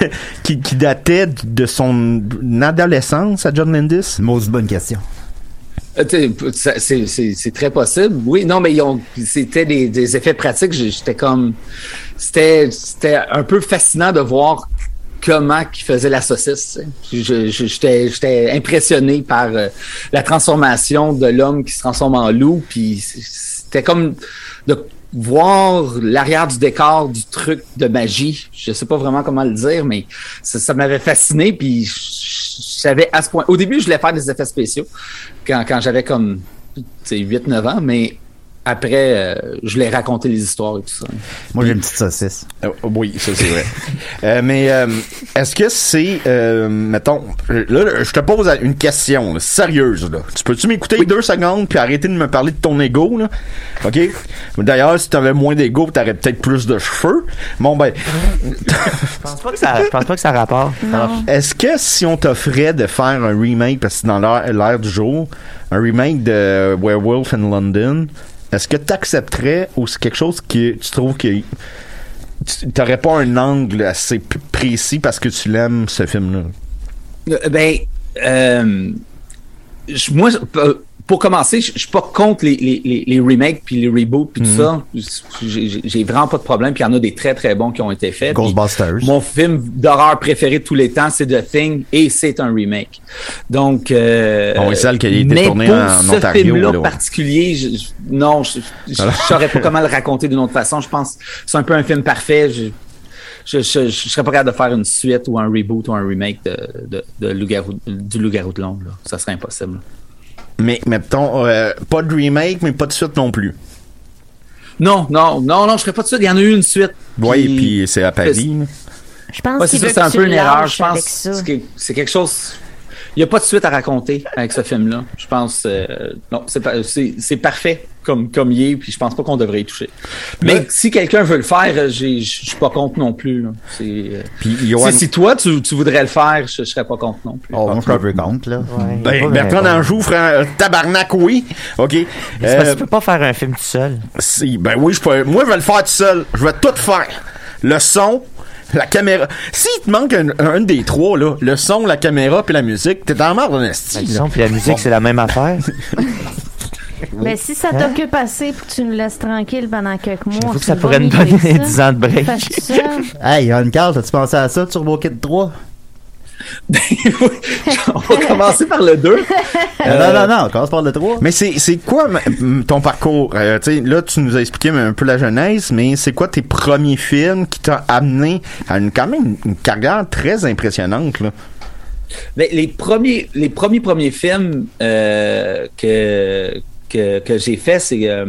Speaker 4: qui, qui datait de son adolescence à John Landis?
Speaker 6: Mose, bonne question.
Speaker 9: Euh, t'sais, ça- C'est c'est- c'est très possible. Oui, non, mais ils ont- c'était des, des effets pratiques. J'ai- J'étais comme, c'était c'était un peu fascinant de voir comment ils faisaient la saucisse. tu sais. Je- je- J'étais j'étais impressionné par euh, la transformation de l'homme qui se transforme en loup. Puis c'était comme de voir l'arrière du décor du truc de magie. Je sais pas vraiment comment le dire, mais ça, ça m'avait fasciné. Puis je- je je savais à ce point. Au début, je voulais faire des effets spéciaux quand, quand j'avais comme tu sais, 8-9 ans, mais après, euh, je l'ai raconté les histoires et tout ça.
Speaker 6: Moi, j'ai une petite saucisse.
Speaker 4: Euh, oui, ça c'est vrai. Euh, mais euh, est-ce que c'est, euh, mettons, euh, là, je te pose une question là, sérieuse. Là. Tu peux-tu m'écouter deux secondes puis arrêter de me parler de ton ego, là? OK? D'ailleurs, si t'avais moins d'ego, t'aurais peut-être plus de cheveux. Bon, ben,
Speaker 5: Je pense pas que ça, je pense pas que ça rapporte.
Speaker 9: Ah,
Speaker 4: est-ce que si on t'offrait de faire un remake, parce que c'est dans l'air l'air du jour, un remake de Werewolf in London, est-ce que t'accepterais ou c'est quelque chose que tu trouves que tu- t'aurais pas un angle assez p- précis parce que tu l'aimes, ce film-là?
Speaker 9: Euh, Ben, euh, je- moi, euh, pour commencer, je je suis pas contre les, les, les, les remakes puis les reboots puis tout ça. J'ai- J'ai j'ai vraiment pas de problème. Puis il y en a des très très bons qui ont été faits. Puis
Speaker 6: Ghostbusters.
Speaker 9: Mon film d'horreur préféré de tous les temps, c'est The Thing et c'est un remake. Donc, euh,
Speaker 4: Bon, et celle qui a été
Speaker 9: mais
Speaker 4: tournée
Speaker 9: pour
Speaker 4: en
Speaker 9: ce
Speaker 4: Ontario,
Speaker 9: film-là
Speaker 4: là, ouais.
Speaker 9: particulier, je, je- non, je, je, je saurais pas comment le raconter d'une autre façon. Je pense que c'est un peu un film parfait. Je, je, je, je serais pas capable de faire une suite ou un reboot ou un remake de, de, de Loup-garou- du Loup-garou de Londres. là. Ça serait impossible. là.
Speaker 4: Mais mettons, euh, pas de remake, mais pas de suite non plus.
Speaker 9: Non, non, non, non, je serais pas dessus. Il y en a eu une suite.
Speaker 4: Oui, puis c'est à Paris. là.
Speaker 7: Je pense
Speaker 9: Ouais,
Speaker 7: qu'il
Speaker 9: c'est ça,
Speaker 7: veut
Speaker 9: c'est un
Speaker 7: que tu
Speaker 9: peu une erreur,
Speaker 7: lâches
Speaker 9: je pense.
Speaker 7: avec ça.
Speaker 9: C'est que- C'est quelque chose. Il n'y a pas de suite à raconter avec ce film-là. Je pense. euh, non, c'est pas- c'est c'est parfait comme, comme il est, puis je pense pas qu'on devrait y toucher. Mais
Speaker 4: Ouais.
Speaker 9: si quelqu'un veut le faire, euh, j'ai- je suis pas contre non plus. là. C'est, euh,
Speaker 4: Puis
Speaker 9: si,
Speaker 4: Johan-
Speaker 9: si toi, tu, tu voudrais le faire, je, je serais pas contre non plus.
Speaker 6: Oh, moi, je suis un peu contre, là.
Speaker 4: Ben, Bertrand Anjou ferait un tabarnak, oui. OK.
Speaker 5: C'est parce que
Speaker 4: Euh,
Speaker 5: tu peux pas faire un film tout seul.
Speaker 4: si, ben oui, je peux, moi, je vais le faire tout seul. Je vais tout faire. Le son, la caméra. S'il te manque un, un des trois, là, le son, la caméra puis la musique, t'es en marre,
Speaker 5: Ben, Le
Speaker 4: Honesty.
Speaker 5: son puis la musique, c'est la même affaire.
Speaker 7: Mais si ça t'occupe assez pour que tu me laisses tranquille pendant quelques mois,
Speaker 5: Hein? J'avoue que
Speaker 7: tu
Speaker 5: ça
Speaker 7: vas
Speaker 5: pourrait nous
Speaker 7: migrer
Speaker 5: donner
Speaker 7: ça.
Speaker 5: 10 ans de break.
Speaker 7: Fais ça.
Speaker 6: Hey, Yann Carl, t'as-tu pensé à ça, Turbo Kid 3?
Speaker 9: On va commencer par le Euh, 2.
Speaker 6: Euh, Non, non, non, on commence par le 3.
Speaker 4: Mais c'est c'est quoi ma- m- ton parcours? Euh, tu sais, là, tu nous as expliqué un peu la jeunesse, mais c'est quoi tes premiers films qui t'ont amené à une, quand même une carrière très impressionnante? Là?
Speaker 9: Ben, les premiers, les premiers premiers films euh, que que, que j'ai fait, c'est euh,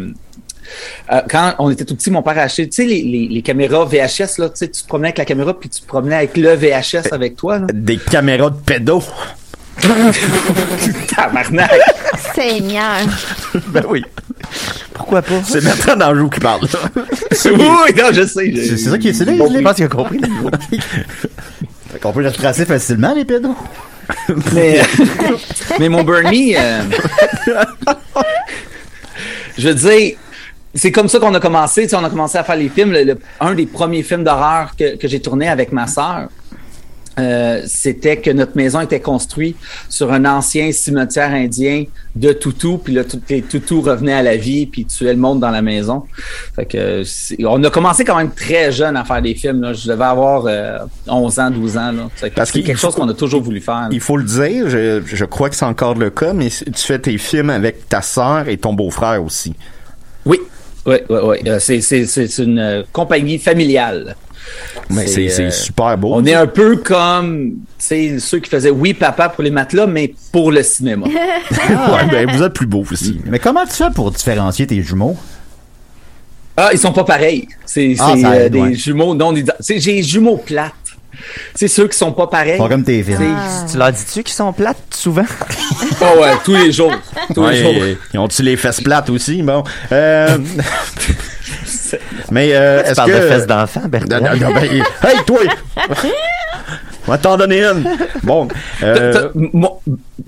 Speaker 9: euh, quand on était tout petit, mon père a acheté, tu sais, les, les, les caméras VHS là, tu sais, tu te promenais avec la caméra puis tu te promenais avec le VHS avec toi. Là.
Speaker 4: Des caméras de pédos.
Speaker 9: Tabarnak!
Speaker 7: Seigneur.
Speaker 4: Ben oui,
Speaker 5: Pourquoi pas?
Speaker 4: c'est Nathan Danjou qui parle. là.
Speaker 9: oui, oui, non, je sais.
Speaker 6: C'est c'est ça qui est c'est
Speaker 5: Je pense qu'il a compris.
Speaker 6: qu'on peut le retracer facilement, les pédos.
Speaker 9: Mais, mais mon Bernie, euh, je veux dire, c'est comme ça qu'on a commencé. tu sais, on a commencé à faire les films. Le- le- un des premiers films d'horreur que, que j'ai tourné avec ma sœur, euh, c'était que notre maison était construite sur un ancien cimetière indien de toutou. Puis là, tous les toutous revenaient à la vie puis tuaient le monde dans la maison. Fait que c'est- on a commencé quand même très jeune à faire des films. là. Je devais avoir euh, 11 ans, 12 ans. Là. Fait que
Speaker 4: Parce
Speaker 9: c'est
Speaker 4: qu'il
Speaker 9: quelque chose
Speaker 4: faut-
Speaker 9: qu'on a toujours voulu faire. là.
Speaker 4: Il faut le dire, je, je crois que c'est encore le cas, mais c- tu fais tes films avec ta sœur et ton beau-frère aussi.
Speaker 9: Oui, oui, oui, oui. Euh, c'est, c'est, c'est c'est une euh, compagnie familiale.
Speaker 4: Mais c'est c'est
Speaker 9: euh,
Speaker 4: super beau.
Speaker 9: On est un peu comme tu sais, ceux qui faisaient Oui, papa pour les matelas, mais pour le cinéma.
Speaker 4: Ouais, ben, vous êtes plus beau aussi.
Speaker 6: Mais comment tu fais pour différencier tes jumeaux?
Speaker 9: ah, ils sont pas pareils. C'est,
Speaker 6: Ah,
Speaker 9: c'est
Speaker 6: ça
Speaker 9: euh,
Speaker 6: aide,
Speaker 9: des
Speaker 6: ouais.
Speaker 9: jumeaux non ident- tu sais, J'ai des jumeaux plates. C'est ceux qui sont pas pareils.
Speaker 6: Pas comme tes
Speaker 9: Tu sais,
Speaker 6: films.
Speaker 5: Tu leur dis-tu qu'ils sont plates souvent?
Speaker 9: Ah ouais, tous les jours. Tous les jours.
Speaker 4: Ouais, ils ont-tu les fesses plates aussi? Bon. Euh, mais euh,
Speaker 5: Tu
Speaker 4: est-ce
Speaker 5: parles
Speaker 4: que...
Speaker 5: de fesses d'enfant,
Speaker 4: Non,
Speaker 5: Bertrand.
Speaker 4: non, non, ben, hey, toi! On va t'en donner une. Bon.
Speaker 9: T'as-
Speaker 4: euh,
Speaker 9: t'as- mon-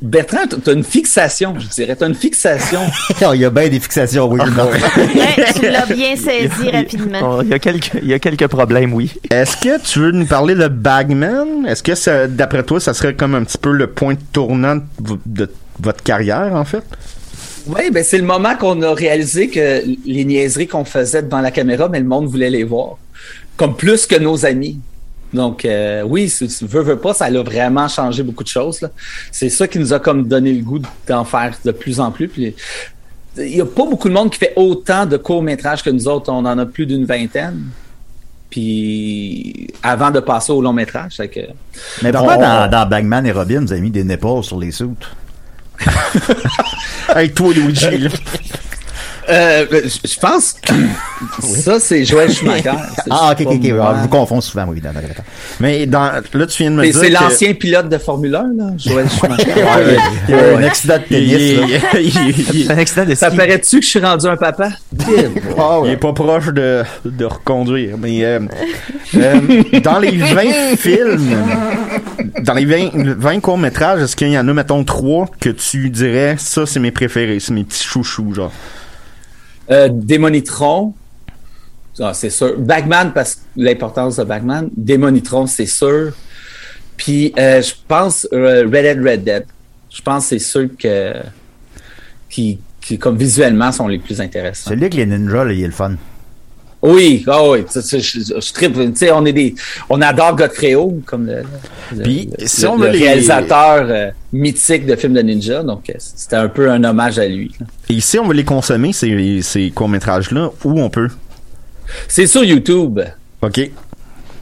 Speaker 9: Bertrand, t'as- t'as une fixation, je dirais. T'as une fixation.
Speaker 6: Oh, Il y a bien des fixations, oui. non.
Speaker 7: Ouais, tu l'as bien saisi rapidement.
Speaker 5: Bon, Il y, a quelques, il y a quelques problèmes, oui.
Speaker 4: Est-ce que tu veux nous parler de Bagman? Est-ce que, ça- d'après toi, ça serait comme un petit peu le point tournant de, v- de votre carrière, en fait?
Speaker 9: Oui, ben c'est le moment qu'on a réalisé que les niaiseries qu'on faisait devant la caméra, mais le monde voulait les voir. Comme plus que nos amis. Donc euh, oui, si tu veux, veux pas, ça a vraiment changé beaucoup de choses. là. C'est ça qui nous a comme donné le goût d'en faire de plus en plus. Puis, il n'y a pas beaucoup de monde qui fait autant de courts-métrages que nous autres. On en a plus d'une vingtaine. Puis avant de passer au long métrage, fait que
Speaker 6: Mais pourquoi
Speaker 4: on-
Speaker 6: dans, dans Bagman et Robin, vous avez mis des nipples sur les soutes?
Speaker 4: Hey, toi, Luigi, là.
Speaker 9: Euh, je je pense que ça, c'est Joël Schumacher. C'est-
Speaker 6: Ah, ok, ok, ok.
Speaker 9: c'est pas
Speaker 6: Ah,
Speaker 9: moi.
Speaker 6: Je vous confonds souvent, oui, d'accord, d'accord.
Speaker 4: Mais dans, là, tu viens de me
Speaker 9: Mais
Speaker 4: dire.
Speaker 9: c'est
Speaker 4: que-
Speaker 9: l'ancien pilote de Formule 1, là, Joël Schumacher.
Speaker 4: Ouais, ouais.
Speaker 6: Il y a eu un accident de
Speaker 4: Il
Speaker 6: tennis, là.
Speaker 4: est- il est-
Speaker 5: C'est un accident de
Speaker 9: Ça
Speaker 5: ski.
Speaker 9: paraît-tu que je suis rendu un papa?
Speaker 6: Ah,
Speaker 4: Il
Speaker 6: ouais.
Speaker 4: est pas proche de, de reconduire, mais euh, euh, dans les 20 films, dans les 20, 20 courts-métrages, est-ce qu'il y en a, mettons, 3 que tu dirais, ça, c'est mes préférés, c'est mes petits chouchous, genre?
Speaker 9: Euh, Démonitron. Ah, c'est sûr. Bagman, parce que ben, l'importance de Bagman. Démonitron, c'est sûr. Puis, euh, je pense euh, Red Dead Red Dead. Je pense que c'est ceux que, qui, qui, comme visuellement, sont les plus intéressants.
Speaker 6: Celui avec les ninjas, là, il est le fun.
Speaker 9: Oui, ah oui, tu sais, je, je, je tripe, tu sais, on est des, on adore Godfrey Ho, comme le, le-
Speaker 4: Puis,
Speaker 9: le-
Speaker 4: si
Speaker 9: le-
Speaker 4: on
Speaker 9: le
Speaker 4: veut les-
Speaker 9: réalisateur euh, mythique de films de ninja, donc euh, c'était un peu un hommage à lui. là.
Speaker 4: Et si on veut les consommer, ces, ces courts-métrages-là, où on peut?
Speaker 9: C'est sur YouTube.
Speaker 4: OK.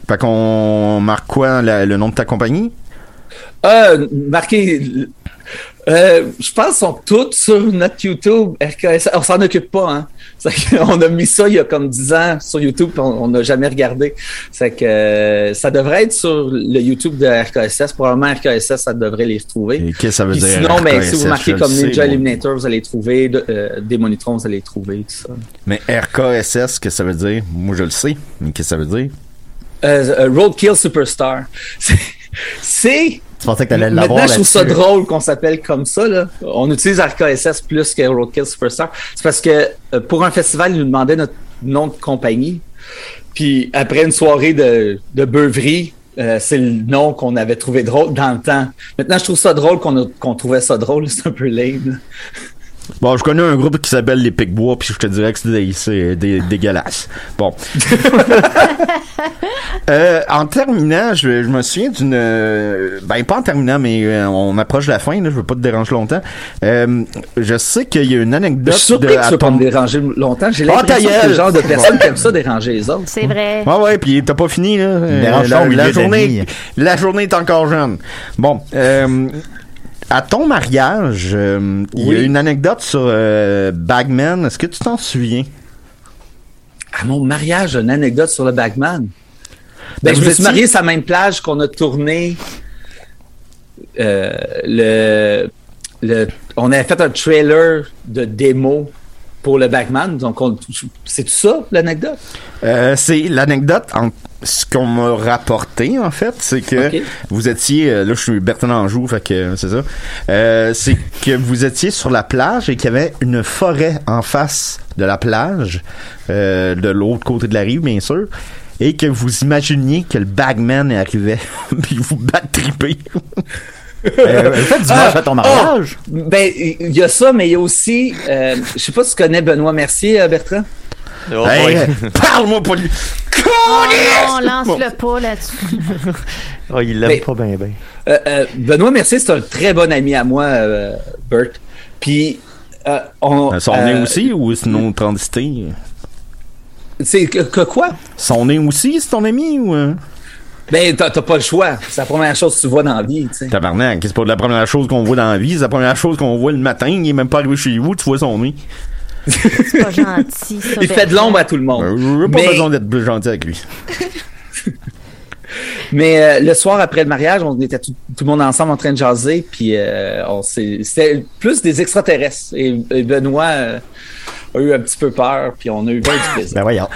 Speaker 4: Fait qu'on marque quoi, la- le nom de ta compagnie?
Speaker 9: Euh, marquez, euh, je pense qu'ils sont toutes sur notre YouTube. RKS, on s'en occupe pas, hein. C'est que on a mis ça il y a comme 10 ans sur YouTube, puis on on n'a jamais regardé. C'est que euh, ça devrait être sur le YouTube de RKSS. Probablement RKSS, ça devrait les retrouver.
Speaker 4: Et Qu'est-ce que ça veut
Speaker 9: Puis
Speaker 4: dire?
Speaker 9: sinon, mais si
Speaker 4: RKSS,
Speaker 9: vous marquez
Speaker 4: je
Speaker 9: comme
Speaker 4: le sais,
Speaker 9: Ninja
Speaker 4: moi.
Speaker 9: Eliminator, vous allez les trouver. de- euh, Démonitron, vous allez les trouver, tout ça.
Speaker 4: Mais RKSS, qu'est-ce que ça veut dire? Moi, je le sais, mais qu'est-ce que ça veut dire?
Speaker 9: Euh, euh, Roadkill Superstar. C'est- C'est.
Speaker 6: Tu pensais que t'allais l'avoir
Speaker 9: Maintenant, je trouve ça
Speaker 6: là-dessus.
Speaker 9: drôle qu'on s'appelle comme ça. Là. On utilise RKSS plus que Roadkill Superstar. C'est parce que euh, pour un festival, ils nous demandaient notre nom de compagnie. Puis après une soirée de, de beuverie, euh, c'est le nom qu'on avait trouvé drôle dans le temps. Maintenant, je trouve ça drôle qu'on a- qu'on trouvait ça drôle. C'est un peu lame. là.
Speaker 4: Bon, je connais un groupe qui s'appelle les Picbois, puis je te dirais que c'est des- c'est des- dégueulasse. Bon. Euh, en terminant, je, je me souviens d'une... euh, Ben, pas en terminant, mais euh, on approche de la fin, là, je veux pas te déranger longtemps. Euh, je sais qu'il y a une
Speaker 9: Je
Speaker 4: anecdote...
Speaker 9: suis surpris
Speaker 4: de-
Speaker 9: que
Speaker 4: à
Speaker 9: tu veux pas
Speaker 4: ton-
Speaker 9: me déranger longtemps. J'ai
Speaker 4: Ah,
Speaker 9: l'impression
Speaker 4: ta
Speaker 9: que t'es le
Speaker 4: gueule!
Speaker 9: genre de personne qui aime ça déranger les autres.
Speaker 7: C'est vrai.
Speaker 4: Ouais, ouais, puis t'as pas fini, là. Euh,
Speaker 6: dérange
Speaker 4: la,
Speaker 6: pas, il
Speaker 4: la
Speaker 6: est
Speaker 4: journée,
Speaker 6: ami.
Speaker 4: la journée est encore jeune. Bon, euh, à ton mariage, euh, il y a
Speaker 9: Oui.
Speaker 4: une anecdote sur euh, Bagman. Est-ce que tu t'en souviens?
Speaker 9: À mon Ah mariage, une anecdote sur le Bagman. Ben,
Speaker 4: Ben,
Speaker 9: je
Speaker 4: vous
Speaker 9: me suis
Speaker 4: étiez-
Speaker 9: marié sur la même plage qu'on a tourné euh, le, le- On avait fait un trailer de démo pour le Bagman. Donc, on- c'est tout ça, l'anecdote?
Speaker 4: Euh, c'est l'anecdote en ce qu'on m'a rapporté en fait, c'est que
Speaker 9: Ok.
Speaker 4: vous étiez euh, là je suis Bertrand Anjou fait que euh, c'est ça. Euh, c'est que vous étiez sur la plage et qu'il y avait une forêt en face de la plage euh, de l'autre côté de la rive bien sûr et que vous imaginiez que le bagman arrivait puis vous bat triper.
Speaker 6: Euh, le fait du dimanche à ton
Speaker 4: Ah!
Speaker 6: mariage.
Speaker 9: Ben, il y a ça, mais il y a aussi. euh, je sais pas si tu connais Benoît Mercier, euh, Bertrand.
Speaker 5: Oh,
Speaker 4: Hey,
Speaker 5: boy.
Speaker 4: parle-moi pas de lui.
Speaker 7: Oh non, lance-le pas là-dessus.
Speaker 5: Oh, il l'aime
Speaker 9: Mais-
Speaker 5: pas bien, bien.
Speaker 9: Euh, euh, Benoît Mercier, c'est un très bon ami à moi, euh, Bert. Puis, euh, on.
Speaker 4: Son nez
Speaker 9: euh,
Speaker 4: aussi ou sinon transité?
Speaker 9: C'est que, que quoi?
Speaker 4: Son nez aussi, c'est ton ami ou euh?
Speaker 9: Ben, t'as t'as pas le choix. C'est la première chose que tu vois dans la vie, tu sais.
Speaker 4: Tabarnak, c'est pas la première chose qu'on voit dans la vie, c'est la première chose qu'on voit le matin, il est même pas arrivé chez vous, tu vois son nez.
Speaker 7: C'est pas gentil. Ça,
Speaker 9: Il fait de l'ombre à tout le monde.
Speaker 4: Euh, J'ai pas
Speaker 9: Mais-
Speaker 4: besoin d'être plus gentil avec lui.
Speaker 9: Mais euh, le soir après le mariage, on était tout, tout le monde ensemble en train de jaser, puis euh, on s'est- c'était plus des extraterrestres. Et, et Benoît euh, a eu un petit peu peur, puis on a eu bien du plaisir.
Speaker 6: Ben voyons.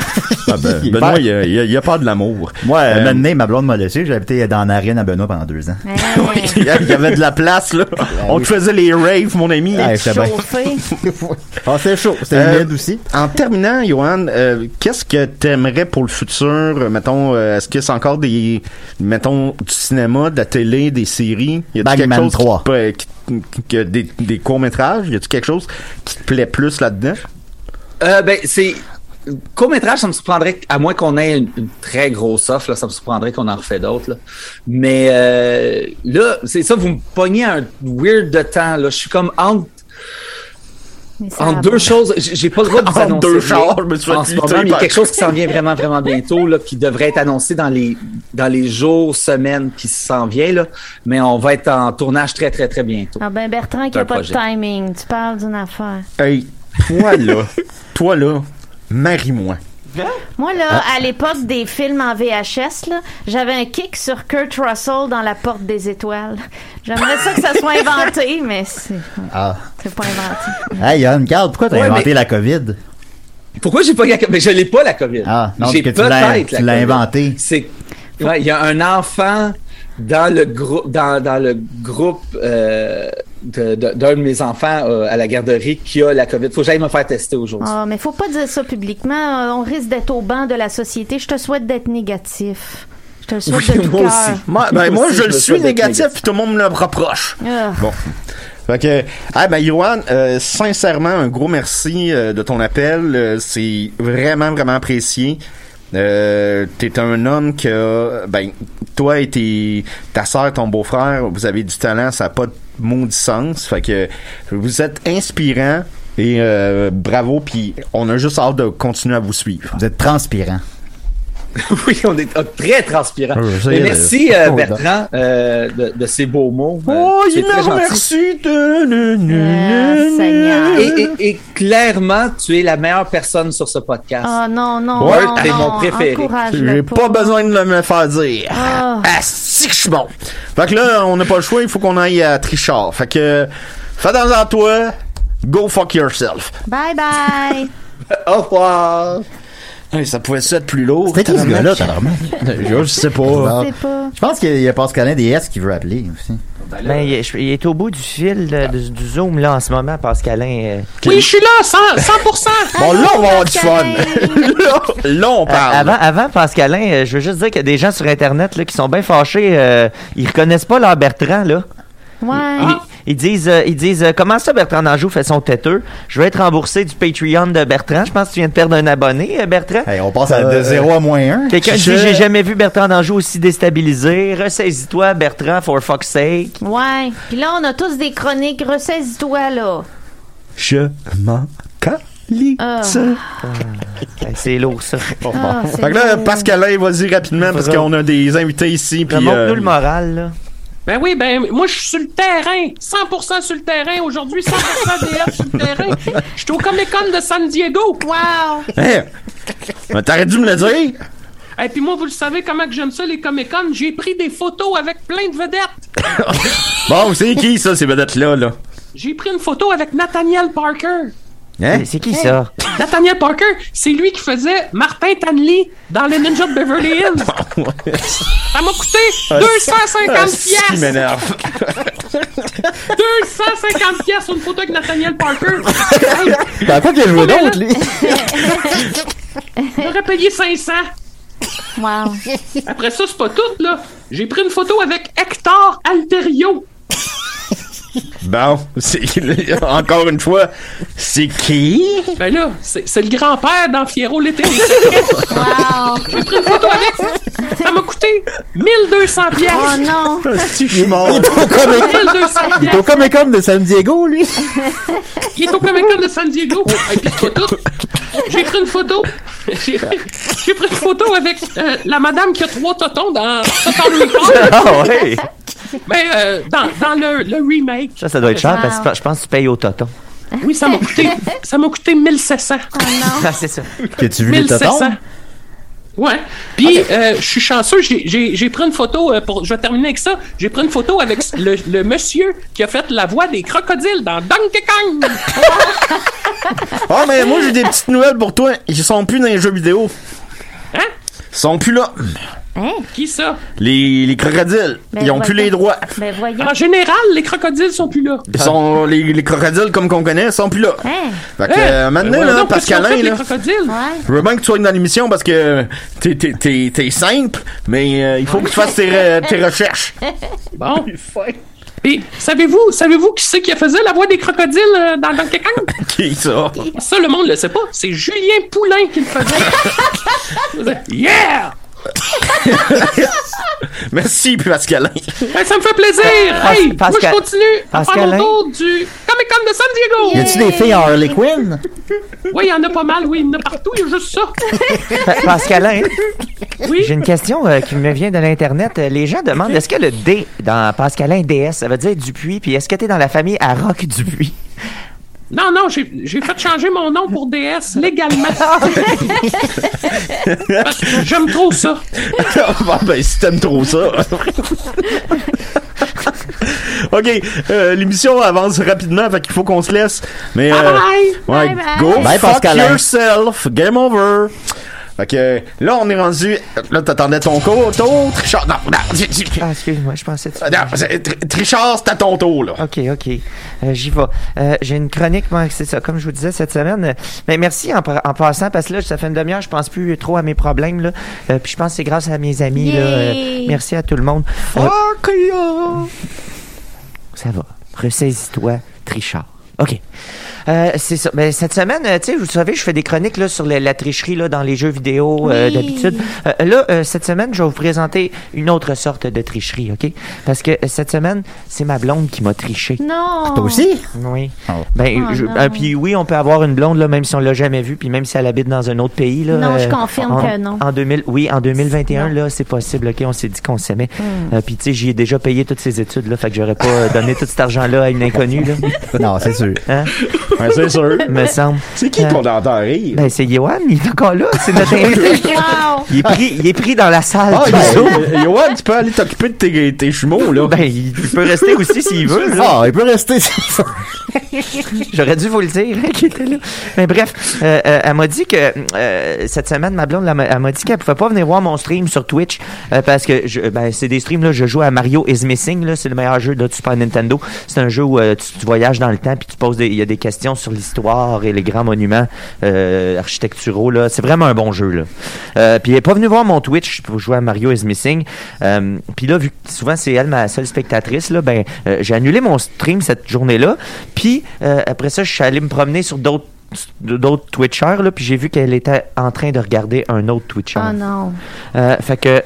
Speaker 4: Ah ben,
Speaker 6: Il est
Speaker 4: Benoît,
Speaker 6: pas-
Speaker 4: il y a, il y a- il y a pas de l'amour.
Speaker 6: Moi,
Speaker 4: Euh,
Speaker 6: euh, maintenant, ma blonde m'a laissé. J'ai habité dans Narine à Benoît pendant deux ans.
Speaker 7: Eh Hey,
Speaker 4: il y avait de la place, là. On te faisait les raves, mon ami.
Speaker 6: Ah, c'était bien.
Speaker 7: chauffé.
Speaker 6: Ah, c'est chaud. C'était
Speaker 4: Euh,
Speaker 6: humide aussi.
Speaker 4: En terminant, Johan, euh, qu'est-ce que t'aimerais pour le futur? Euh, Mettons, euh, est-ce que c'est encore des, mettons, du cinéma, de la télé, des séries? Y a-tu quelque
Speaker 6: Bagman
Speaker 4: chose qui
Speaker 6: 3.
Speaker 4: te plaît- qui- qui- que des, des courts-métrages? Y a-tu quelque chose qui te plaît plus là-dedans?
Speaker 9: Euh, ben, c'est. Court métrage, ça me surprendrait, à moins qu'on ait une, une très grosse offre, là, ça me surprendrait qu'on en refait d'autres. là. Mais euh, là, c'est ça, vous me pognez un weird de temps. Là. Je suis comme entre
Speaker 7: Mais ça
Speaker 9: En
Speaker 7: va
Speaker 9: deux
Speaker 7: pas.
Speaker 9: choses, j'ai j'ai pas le droit de vous
Speaker 4: En
Speaker 9: annoncer.
Speaker 4: deux
Speaker 9: mais
Speaker 4: choses, je me suis fait
Speaker 9: en ce
Speaker 4: lutter
Speaker 9: moment, il y a
Speaker 4: par-
Speaker 9: quelque chose qui s'en vient vraiment, vraiment bientôt, là, qui devrait être annoncé dans les, dans les jours, semaines qui s'en vient, là. Mais on va être en tournage très, très, très bientôt.
Speaker 7: Ah ben Bertrand qui
Speaker 9: C'est
Speaker 7: a
Speaker 9: un
Speaker 7: pas
Speaker 9: projet.
Speaker 7: de timing. Tu parles d'une affaire.
Speaker 4: Hey, toi là, Toi, là, marie-moi.
Speaker 7: Moi, là,
Speaker 4: Ah.
Speaker 7: à l'époque des films en VHS, là, j'avais un kick sur Kurt Russell dans La Porte des Étoiles. J'aimerais ça que ça soit inventé, mais c'est
Speaker 6: Ah.
Speaker 7: c'est pas inventé.
Speaker 6: Hey, Yann, Carl, pourquoi t'as
Speaker 9: Ouais,
Speaker 6: inventé
Speaker 9: mais-
Speaker 6: la COVID?
Speaker 9: Pourquoi j'ai pas la COVID? Mais je l'ai pas, la COVID.
Speaker 6: Ah, non,
Speaker 9: J'ai
Speaker 6: parce que tu l'as-
Speaker 9: peut-être la
Speaker 6: tu l'as
Speaker 9: COVID.
Speaker 6: inventé.
Speaker 9: C'est. ouais, il y a un enfant dans le groupe dans, dans le groupe euh, de- de- d'un de, mes enfants euh, à la garderie qui a la COVID. Faut que j'aille me faire tester aujourd'hui.
Speaker 7: Ah, mais faut pas dire ça publiquement. Euh, On risque d'être au banc de la société. Je te souhaite d'être négatif. Je te le souhaite de tout
Speaker 9: moi
Speaker 7: cœur.
Speaker 9: aussi.
Speaker 4: Moi, ben, moi,
Speaker 9: aussi,
Speaker 4: je le
Speaker 9: me
Speaker 4: suis
Speaker 9: souhaite d'être
Speaker 4: négatif, puis tout le monde me le reproche.
Speaker 7: Ah.
Speaker 4: Bon. Fait que, ah ben Johan, euh, sincèrement, un gros merci euh, de ton appel. Euh, c'est vraiment, vraiment apprécié. Euh, t'es un homme que, euh, ben, toi et tes, ta sœur, ton beau-frère, vous avez du talent, ça n'a pas de maudit sens. Fait que, vous êtes inspirant et euh, bravo, puis on a juste hâte de continuer à vous suivre.
Speaker 9: euh,
Speaker 6: Vous êtes transpirant.
Speaker 9: oui, on est euh, très transpirant.
Speaker 6: Euh, ça y
Speaker 9: Mais
Speaker 6: est,
Speaker 9: merci
Speaker 6: euh,
Speaker 9: euh,
Speaker 6: oh,
Speaker 9: Bertrand euh, de, de ces beaux mots. Euh,
Speaker 4: Oh,
Speaker 9: c'est très gentil.
Speaker 7: Ah, Seigneur.
Speaker 9: Et, et- et clairement, tu es la meilleure personne sur ce podcast.
Speaker 7: Ah non, non,
Speaker 4: Ouais,
Speaker 7: non,
Speaker 9: t'es
Speaker 7: non,
Speaker 9: mon préféré.
Speaker 7: encourage-le
Speaker 4: J'ai pas besoin de le me faire dire.
Speaker 7: Ah.
Speaker 4: Ah, si que je suis bon. Fait que là, on n'a pas le choix, il faut qu'on aille à Trichard. Fait que, fais dans à toi, go fuck yourself.
Speaker 7: Bye bye.
Speaker 9: Au revoir.
Speaker 4: Hey, ça pouvait être plus lourd.
Speaker 6: C'était qui ce
Speaker 4: Tabarnak. Euh,
Speaker 6: gars-là, tabarnak?
Speaker 4: Je je sais pas.
Speaker 6: Ah.
Speaker 7: Je sais pas.
Speaker 6: Je pense qu'il y a Pascalin des S qui veut appeler aussi.
Speaker 9: Ben
Speaker 5: Mais Ben, il, est- je- il est au bout du fil de- du, du Zoom là en ce moment, Pascalin. euh,
Speaker 4: Oui, je suis là, 100%. Bon, là, on va avoir du fun. là, là, on
Speaker 5: Euh,
Speaker 4: parle.
Speaker 5: Avant, avant Pascalin, euh, je veux juste dire qu'il y a des gens sur Internet là, qui sont bien fâchés. euh, ils reconnaissent pas leur Bertrand, là.
Speaker 7: Ouais.
Speaker 4: Ah.
Speaker 5: Ils, ils disent, euh, ils disent euh, Comment ça, Bertrand Danjou fait son têteux Je vais être remboursé du Patreon de Bertrand. Je pense que tu viens de perdre un abonné, euh, Bertrand.
Speaker 6: Hey, on passe à- de
Speaker 5: Euh,
Speaker 6: 0 à moins 1.
Speaker 5: Quelqu'un dit J'ai jamais vu Bertrand Danjou aussi déstabilisé. Ressaisis-toi, Bertrand, for fuck's sake.
Speaker 7: Ouais. Puis là, on a tous des chroniques. Ressaisis-toi, là.
Speaker 4: Je m'en
Speaker 7: Ah.
Speaker 4: calisse.
Speaker 5: Euh, C'est lourd, ça.
Speaker 7: Ah, c'est
Speaker 4: Fait que là,
Speaker 7: beau.
Speaker 4: Pascalin, vas-y rapidement, parce
Speaker 5: Faudra-
Speaker 4: qu'on a des invités ici. puis,
Speaker 5: Remonte-nous
Speaker 4: euh,
Speaker 5: le moral, là.
Speaker 10: Ben oui, ben moi je suis sur le terrain, 100% sur le terrain aujourd'hui, 100% DF sur le terrain. Je suis au Comic Con de San Diego. Wow.
Speaker 4: hein, ben, T'aurais dû me le dire.
Speaker 10: Et puis moi, vous le savez comment que j'aime ça les Comic Con, j'ai pris des photos avec plein de vedettes.
Speaker 4: Bon, c'est qui, ça, ces vedettes-là, là?
Speaker 10: J'ai pris une photo avec Nathaniel Parker.
Speaker 4: Hein?
Speaker 5: C'est- C'est qui ça
Speaker 10: Nathaniel Parker, c'est lui qui faisait Martin Tanley dans les Ninjas de Beverly Hills. Ça m'a coûté
Speaker 4: Ah,
Speaker 10: 250
Speaker 4: Ce qui
Speaker 10: pièces.
Speaker 4: m'énerve.
Speaker 10: 250 pièces sur une photo avec Nathaniel Parker.
Speaker 6: Ben, quoi qu'il joue d'autre, lui?
Speaker 10: J'aurais payé 500.
Speaker 7: Wow.
Speaker 10: Après ça, c'est pas tout, là. J'ai pris une photo avec Hector Alterio.
Speaker 4: Bon, c'est- encore une fois, c'est qui?
Speaker 10: Ben là, c'est c'est le grand-père d'Anfiero l'été.
Speaker 7: Wow.
Speaker 10: Ça m'a coûté 1200 pièces.
Speaker 7: Oh non.
Speaker 6: Il est mort.
Speaker 10: 1200
Speaker 6: Il est au
Speaker 10: pièces.
Speaker 6: Comic Con de San Diego, lui.
Speaker 10: Il est au Comic Con de San Diego. Et puis, c'est pas tout. J'ai pris une photo. J'ai j'ai pris une photo avec euh, la madame qui a trois totons dans Toton Recall.
Speaker 5: Ah ouais
Speaker 10: Ben, euh, dans, dans le, le remake.
Speaker 5: Ça, ça doit être cher
Speaker 7: Wow.
Speaker 5: parce que je pense que tu payes au toton.
Speaker 10: Oui, ça m'a coûté, ça m'a coûté 1700.
Speaker 5: Ah, c'est ça.
Speaker 6: Que tu vu les totons?
Speaker 10: 1700. Ouais. Puis, euh, je suis chanceux, j'ai- j'ai j'ai pris une photo, euh, pour, je vais terminer avec ça. J'ai pris une photo avec le, le monsieur qui a fait la voix des crocodiles dans Donkey Kong.
Speaker 4: Ah, mais moi, j'ai des petites nouvelles pour toi. Ils sont plus dans les jeux vidéo.
Speaker 10: Hein?
Speaker 4: Ils sont plus là.
Speaker 5: Hein?
Speaker 10: Qui ça?
Speaker 4: Les, les crocodiles,
Speaker 7: Ben,
Speaker 4: ils ont plus
Speaker 7: voyons.
Speaker 4: les droits.
Speaker 7: Ben voyons.
Speaker 10: En général, les crocodiles sont plus là.
Speaker 4: Ils
Speaker 6: Ah.
Speaker 4: sont, les, les crocodiles, comme qu'on connaît, sont plus là.
Speaker 7: Hein?
Speaker 4: Fait que,
Speaker 10: Hein?
Speaker 4: euh, maintenant,
Speaker 10: Euh,
Speaker 4: là,
Speaker 10: non, qu'est-ce qu'ils ont fait,
Speaker 4: Pascalin,
Speaker 10: les
Speaker 4: là,
Speaker 10: crocodiles?
Speaker 7: Ouais.
Speaker 4: je veux bien que tu sois dans l'émission parce que t'es, t'es, t'es, t'es simple, mais euh, il faut que tu fasses tes, re- tes recherches.
Speaker 10: Bon. Et savez-vous, savez-vous qui c'est qui faisait la voix des crocodiles euh, dans Donkey Kong?
Speaker 4: Qui ça?
Speaker 10: Ça, le monde le sait pas. C'est Julien Poulain qui le faisait. yeah!
Speaker 4: Merci, Pascalin.
Speaker 10: Ben, ça me fait plaisir!
Speaker 5: Pas-
Speaker 10: hey, moi je
Speaker 5: Pascal-
Speaker 10: continue à faire
Speaker 5: Pascalin?
Speaker 10: mon tour du Comic Con de San
Speaker 6: Y
Speaker 10: Diego!
Speaker 6: a-tu des filles en Harley Quinn?
Speaker 10: Oui, il y en a pas mal, oui, il y en a partout, il y a juste ça!
Speaker 5: Pa- Pascalin,
Speaker 10: Oui?
Speaker 5: hein, j'ai une question euh, qui me vient de l'Internet. Euh, Les gens demandent est-ce que le D dans Pascalin DS, ça veut dire Dupuis, puis est-ce que t'es dans la famille à Rock Dupuis
Speaker 10: Non, non, j'ai j'ai fait changer mon nom pour DS légalement. Parce que j'aime trop ça.
Speaker 4: Bon, ben, si t'aimes trop ça. ok, euh, l'émission avance rapidement, fait qu'il faut qu'on se laisse. Mais, euh,
Speaker 7: Bye.
Speaker 4: ouais,
Speaker 7: Bye bye.
Speaker 4: Go
Speaker 6: Bye,
Speaker 4: fuck
Speaker 6: Pascalin.
Speaker 4: yourself. Game over. Fait que là, on est rendu. Là, t'attendais ton tour. Trichard. Non, non. tu- tu-
Speaker 5: Ah, excuse-moi, je pensais...
Speaker 4: non, c'est- Tr- Trichard, c'est à ton tour, là.
Speaker 5: OK, OK. Euh, J'y vais. Euh, J'ai une chronique, moi, c'est ça, comme je vous disais cette semaine. Euh, Mais merci en, pa- en passant, parce que là, ça fait une demi-heure, je pense plus trop à mes problèmes, là. Euh, puis je pense que c'est grâce à mes amis, là.
Speaker 7: Yay!
Speaker 5: Euh, merci à tout le monde. Euh, ça va. Ressaisis-toi, Trichard. OK. Euh, c'est ça. Ben, cette semaine, euh, tu sais, vous savez, je fais des chroniques là, sur la, la tricherie là, dans les jeux vidéo euh,
Speaker 7: Oui.
Speaker 5: d'habitude. Euh, là, euh, cette semaine, je vais vous présenter une autre sorte de tricherie, OK? Parce que euh, cette semaine, c'est ma blonde qui m'a triché.
Speaker 4: Ah,
Speaker 7: Non.
Speaker 6: Toi aussi?
Speaker 5: Oui.
Speaker 6: Oh.
Speaker 5: Ben,
Speaker 7: Oh
Speaker 5: je-
Speaker 7: non.
Speaker 5: ah, puis oui, on peut avoir une blonde, là, même si on l'a jamais vue, puis même si elle habite dans un autre pays. Là, euh,
Speaker 7: Non, je confirme
Speaker 5: en-
Speaker 7: que non.
Speaker 5: En 2000, oui, en 2021,
Speaker 7: Non. Hmm.
Speaker 5: là, c'est possible, OK? On s'est dit qu'on s'aimait. Euh, puis, tu sais, j'y ai déjà payé toutes ses études, là, fait que j'aurais pas euh, donné tout cet argent-là à une inconnue, là.
Speaker 6: Non, c'est sûr.
Speaker 5: Hein?
Speaker 4: Ouais, c'est sûr.
Speaker 5: Me semble.
Speaker 4: C'est qui
Speaker 5: Euh,
Speaker 4: qu'on entend rire?
Speaker 5: Ben, c'est Yohan, il est encore là, c'est notre invité.
Speaker 7: Wow.
Speaker 5: Il est pris, il est pris dans la salle.
Speaker 4: Ah,
Speaker 5: du
Speaker 4: ben,
Speaker 5: Zoom.
Speaker 4: euh, Johan, tu peux aller t'occuper de tes, tes jumeaux, là.
Speaker 5: Ben, il il peut rester aussi s'il veut. là.
Speaker 6: Ah, il peut rester s'il veut.
Speaker 5: J'aurais dû vous le dire hein, qu'il était là. Mais bref, euh, euh, elle m'a dit que euh, cette semaine, ma blonde, elle m'a- elle m'a dit qu'elle pouvait pas venir voir mon stream sur Twitch euh, parce que je- ben, c'est des streams, là, je joue à Mario Is Missing, là, c'est le meilleur jeu de Super Nintendo. C'est un jeu où euh, tu, tu voyages dans le temps puis tu poses des, il y a des questions sur l'histoire et les grands monuments euh, architecturaux. Là. C'est vraiment un bon jeu. Là. Euh, puis elle est pas venue voir mon Twitch pour jouer à Mario Is Missing. Euh, puis là, vu que souvent c'est elle ma seule spectatrice, là, ben, euh, j'ai annulé mon stream cette journée-là. Puis euh, après ça, je suis allé me promener sur d'autres d'autres Twitchers, là, puis j'ai vu qu'elle était en train de regarder un autre Twitcher.
Speaker 7: Oh non.
Speaker 5: Euh, fait que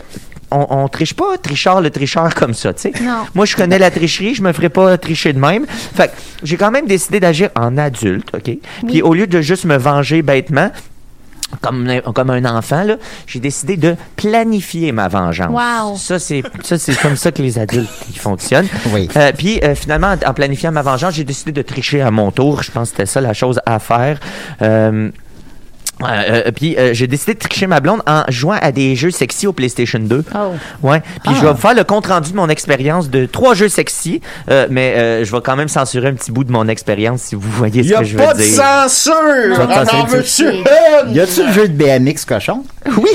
Speaker 5: on, on triche pas tricheur le tricheur comme ça, tu sais.
Speaker 7: Non.
Speaker 5: Moi, je connais la tricherie, je me ferai pas tricher de même. Fait que j'ai quand même décidé d'agir en adulte, OK? Puis au lieu de juste me venger bêtement, comme, un- comme un enfant, là, j'ai décidé de planifier ma vengeance.
Speaker 7: Wow.
Speaker 5: Ça, c'est, ça, c'est comme ça que les adultes ils fonctionnent.
Speaker 6: Oui.
Speaker 5: Euh, puis euh, finalement, en, en planifiant ma vengeance, j'ai décidé de tricher à mon tour. Je pense que c'était ça la chose à faire. Euh, euh, euh, puis euh, j'ai décidé de tricher ma blonde en jouant à des jeux sexy au PlayStation 2.
Speaker 7: Oh.
Speaker 5: Ouais. Puis je vais vous faire le compte rendu de mon expérience de trois jeux sexy, euh, mais euh, je vais quand même censurer un petit bout de mon expérience si vous voyez ce
Speaker 4: Y'a
Speaker 5: que je veux
Speaker 4: pas de
Speaker 5: dire.
Speaker 4: censure!
Speaker 5: Non,
Speaker 4: On en
Speaker 5: censure.
Speaker 4: veut-tu une?
Speaker 6: Y a-tu le jeu de BMX cochon?
Speaker 5: Oui.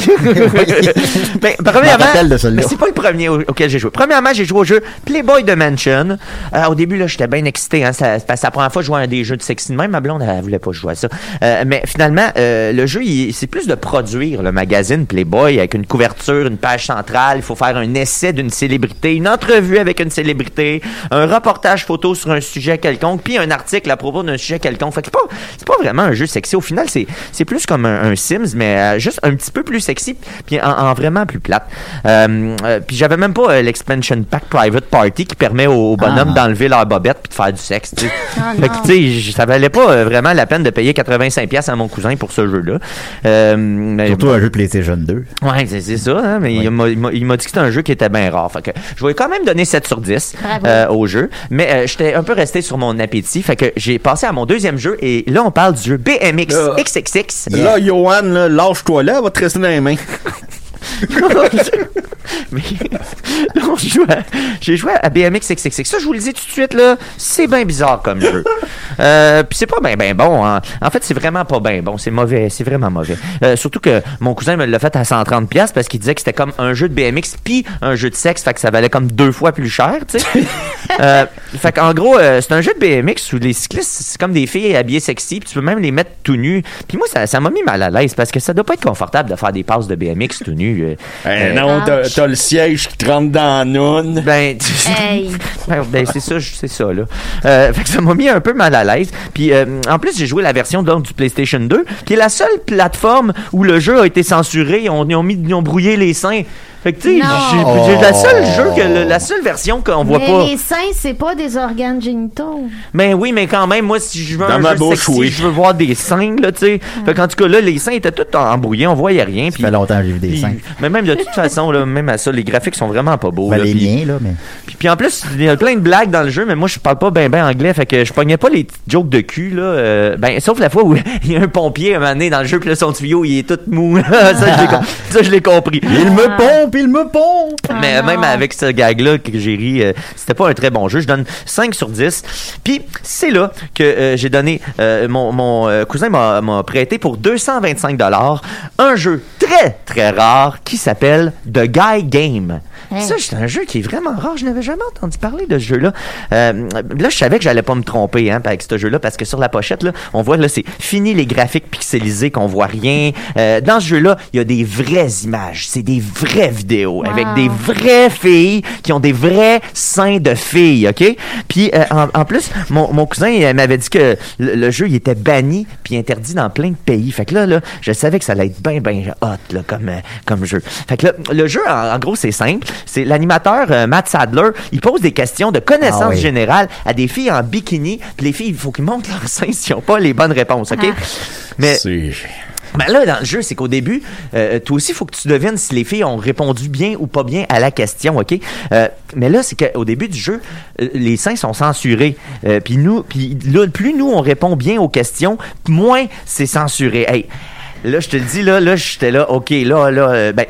Speaker 5: ben, premièrement,
Speaker 6: Je me rappelle de celui-là.
Speaker 5: mais c'est pas le premier au- auquel j'ai joué. Premièrement, j'ai joué au jeu Playboy de Mansion. Euh, au début, là, j'étais bien excité. Hein, ça, parce que c'est la première fois que je jouais à des jeux de sexy de même. Ma blonde, elle, voulait pas jouer à ça. Euh, mais finalement, euh, le jeu, il- c'est plus de produire le magazine Playboy avec une couverture, une page centrale. Il faut faire un essai d'une célébrité, une entrevue avec une célébrité, un reportage photo sur un sujet quelconque, puis un article à propos d'un sujet quelconque. Fait que c'est pas, c'est pas vraiment un jeu sexy. Au final, c'est, c'est plus comme un, un Sims, mais euh, juste un petit peu plus sexy, puis en, en vraiment plus plate. Euh, euh, puis j'avais même pas euh, l'expansion pack private party qui permet aux, aux bonhommes d'enlever leur bobette puis de faire du sexe. tu sais.
Speaker 7: Ah,
Speaker 5: Fait que,
Speaker 7: non.
Speaker 5: tu sais, j- ça valait pas euh, vraiment la peine de payer 85$ piastres à mon cousin pour ce jeu-là. Euh, mais-
Speaker 6: Surtout un jeu PlayStation 2.
Speaker 5: Ouais, c'est, c'est ça, hein, mais il m'a- il m'a- il m'a dit que c'était un jeu qui était bien rare. Fait que je vais quand même donner 7 sur 10
Speaker 7: Bravo.
Speaker 5: euh, au jeu, mais euh, j'étais un peu resté sur mon appétit. Fait que j'ai passé à mon deuxième jeu et là, on parle du jeu BMX
Speaker 4: Euh.
Speaker 5: XXX.
Speaker 4: Là, Johan, là, lâche-toi là, va te rester dans les mains.
Speaker 5: Mais là, on joue à- j'ai joué à BMX XXX. Ça, je vous le dis tout de suite, là, c'est bien bizarre comme jeu. Euh, Puis c'est pas bien ben bon. hein. En fait, c'est vraiment pas bien bon. C'est mauvais. C'est vraiment mauvais. Euh, surtout que mon cousin me l'a fait à 130$ piastres parce qu'il disait que c'était comme un jeu de BMX puis un jeu de sexe. Fait que ça valait comme deux fois plus cher, tu sais. Euh, fait qu'en gros, euh, c'est un jeu de BMX où les cyclistes, c'est comme des filles habillées sexy, puis tu peux même les mettre tout nus. Puis moi, ça ça m'a mis mal à l'aise parce que ça doit pas être confortable de faire des passes de BMX tout nu. euh.
Speaker 4: Eh non, t'as t'as le siège qui te rentre dans la noune.
Speaker 5: Ben, tu-
Speaker 7: Hey.
Speaker 5: Ben, ben, c'est ça, je- c'est ça, là. Euh, fait que ça m'a mis un peu mal à l'aise. Puis, euh, en plus, j'ai joué la version donc, du PlayStation 2, qui est la seule plateforme où le jeu a été censuré. On, ils, ont mis, ils ont brouillé les seins. Fait que, tu sais,
Speaker 7: Non.
Speaker 5: j'ai- j'ai la seule
Speaker 6: Oh.
Speaker 5: jeu que le- la seule version qu'on voit
Speaker 7: mais
Speaker 5: pas.
Speaker 7: les seins, c'est pas des organes génitaux.
Speaker 5: Mais oui, mais quand même, moi, si je veux
Speaker 4: Dans
Speaker 5: un
Speaker 4: ma
Speaker 5: jeu
Speaker 4: bouche,
Speaker 5: sexy,
Speaker 4: oui.
Speaker 5: je veux voir des seins, là, tu sais.
Speaker 7: Ah.
Speaker 5: Fait qu'en tout cas, là, les seins étaient tout embrouillés, on voyait rien.
Speaker 6: Ça fait longtemps que j'ai vu des
Speaker 5: puis-
Speaker 6: seins.
Speaker 5: Mais même de toute façon, là, même à ça, les graphiques sont vraiment pas beaux.
Speaker 6: Ben,
Speaker 5: là,
Speaker 6: les
Speaker 5: puis-
Speaker 6: miens, là, mais.
Speaker 5: puis, puis en plus, il y a plein de blagues dans le jeu, mais moi, je parle pas ben ben anglais, fait que je pognais pas les petites jokes de cul, là. euh, ben, sauf la fois où il y a un pompier, un moment donné, dans le jeu, puis là, son tuyau, il est tout mou. ça, je l'ai com- ça, je l'ai compris.
Speaker 6: Il me pompe, il me pompe!
Speaker 5: Mais
Speaker 7: Ah non.
Speaker 5: même avec ce gag-là que j'ai ri, euh, c'était pas un très bon jeu. Je donne 5 sur 10. Puis c'est là que euh, j'ai donné, euh, mon, mon euh, cousin m'a m'a prêté pour 225 dollars un jeu très très rare qui s'appelle The Guy Game.
Speaker 7: Hein?
Speaker 5: Ça, c'est un jeu qui est vraiment rare. Je n'avais jamais entendu parler de ce jeu-là. Euh, là, je savais que j'allais pas me tromper hein, avec ce jeu-là parce que sur la pochette, là, on voit là, c'est fini les graphiques pixelisés qu'on voit rien. Euh, dans ce jeu-là, il y a des vraies images, c'est des vraies vidéos avec des vraies filles qui ont des vrais seins de filles, ok Puis euh, en, en plus, mon, mon cousin il m'avait dit que le, le jeu il était banni puis interdit dans plein de pays. Fait que là, là, je savais que ça allait être bien bien hot là, comme euh, comme jeu. Fait que là, le jeu en, en gros c'est simple, c'est l'animateur euh, Matt Sadler, il pose des questions de connaissances
Speaker 6: Ah oui.
Speaker 5: générales à des filles en bikini, puis les filles il faut qu'ils montrent leurs seins s'ils n'ont pas les bonnes réponses, ok
Speaker 6: Ah.
Speaker 5: Mais
Speaker 4: C'est-
Speaker 5: ben là, dans le jeu, c'est qu'au début, euh, toi aussi, il faut que tu devines si les filles ont répondu bien ou pas bien à la question, OK? Euh, mais là, c'est qu'au début du jeu, euh, les seins sont censurés. Euh, puis nous, puis là, plus nous, on répond bien aux questions, moins c'est censuré. Hey! Là, je te le dis, là, là, j'étais là, OK, là, là, euh, ben,